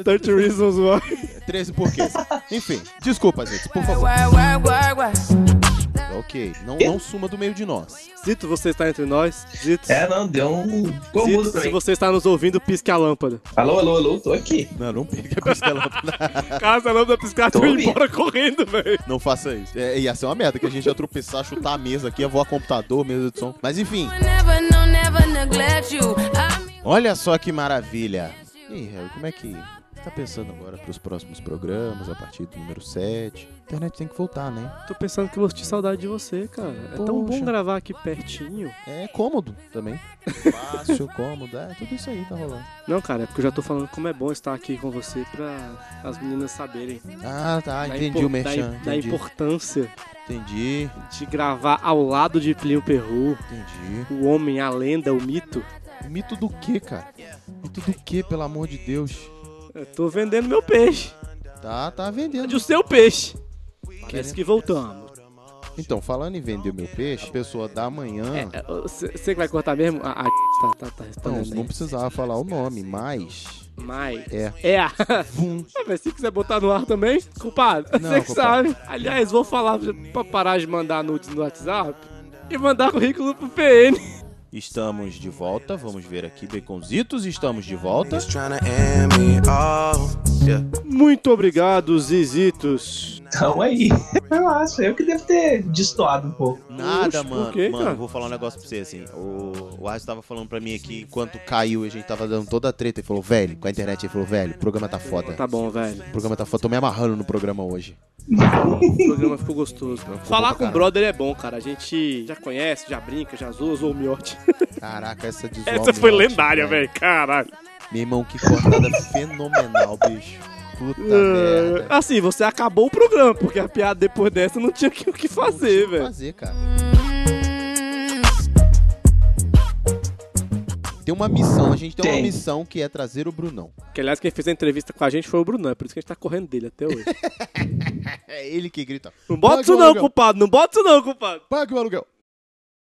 S3: 30 Reasons Why.
S1: 13 porquês. Enfim, desculpa, gente, por favor.
S4: Why, why, why, why?
S1: Ok, não, não suma do meio de nós.
S3: Zito, você está entre nós? Zito.
S2: É, não, deu um. Ficou mudo
S3: Zito,
S2: pra
S3: se
S2: mim.
S3: você está nos ouvindo, pisque a lâmpada.
S2: Alô, alô, alô, tô aqui.
S1: Não, não pegue a pistola.
S3: Caso a lâmpada piscar, tu
S2: Tô
S3: ia
S2: ouvindo.
S3: embora correndo, velho.
S1: Não faça isso. É, ia ser uma merda que a gente ia tropeçar, chutar a mesa aqui, ia voar computador, mesa de som. Mas enfim,
S4: Never, no, never neglect you. I'm
S1: olha só que maravilha. E aí, Harry, como é que você tá pensando agora pros próximos programas, a partir do número 7? A internet tem que voltar, né?
S3: Tô pensando que eu vou sentir saudade de você, cara. É tão
S1: Poxa.
S3: bom gravar aqui pertinho.
S1: É cômodo também. Fácil, cômodo, é tudo isso aí tá rolando.
S3: Não, cara, é porque eu já tô falando como é bom estar aqui com você pra as meninas saberem.
S1: Ah, tá,
S3: da
S1: entendi
S3: impor-
S1: o merchan.
S3: Da, da
S1: Entendi,
S3: importância
S1: entendi,
S3: de gravar ao lado de Plinio Perru,
S1: entendi.
S3: o homem, a lenda, o mito.
S1: O Mito do que, cara? Mito do que, pelo amor de Deus?
S3: Eu tô vendendo meu peixe.
S1: Tá, tá vendendo.
S3: De o seu peixe. Parece que voltamos.
S1: Então, falando em vender meu peixe, a pessoa da manhã...
S3: Ah. É,
S1: então,
S3: Você que vai cortar mesmo? A, a tá, tá, tá
S1: Não,
S3: respondendo.
S1: não
S3: aí.
S1: precisava falar o nome, mas.
S3: Mas.
S1: É.
S3: É, a- é mas se quiser botar no ar também, culpado,
S1: Não,
S3: você que
S1: culpado.
S3: sabe. Aliás, vou falar pra parar de mandar nudes no WhatsApp e mandar currículo pro PN.
S1: Estamos de volta, vamos ver aqui, Beconzitos, estamos de volta.
S3: Muito obrigado, Zizitos.
S2: Calma Então, aí. Relaxa, eu que devo ter destoado um pouco.
S1: Nada,
S3: Oxe, por
S1: mano.
S3: quê,
S1: mano,
S3: cara?
S1: vou falar um negócio pra você, assim. O, o Arthur tava falando pra mim aqui, enquanto caiu e a gente tava dando toda a treta, ele falou, velho, com a internet, ele falou, velho, o programa tá foda.
S3: Tá bom, velho.
S1: O programa tá foda, tô me amarrando no programa hoje.
S3: O programa ficou gostoso.
S1: pra
S3: Falar com o
S1: caralho.
S3: brother é bom, cara. A gente já conhece, já brinca, já zoa, zoa o miote.
S1: Caraca, essa de zoar
S3: Essa foi
S1: miote,
S3: lendária,
S1: velho.
S3: velho. Caralho.
S1: Meu irmão, que cortada fenomenal, bicho. Puta merda.
S3: É, Assim, você acabou o programa, porque a piada depois dessa não tinha que- o que fazer,
S1: Tem que
S3: velho.
S1: fazer, cara. Tem uma missão, a gente tem, uma
S2: Tem.
S1: missão que é trazer o Brunão.
S3: Que, aliás, quem fez a entrevista com a gente foi o Brunão, é por isso que a gente tá correndo dele até hoje.
S1: É ele que grita.
S3: Não bota
S1: Pague
S3: isso
S1: o
S3: não,
S1: aluguel,
S3: culpado, não bota isso não, culpado.
S1: Pague o aluguel.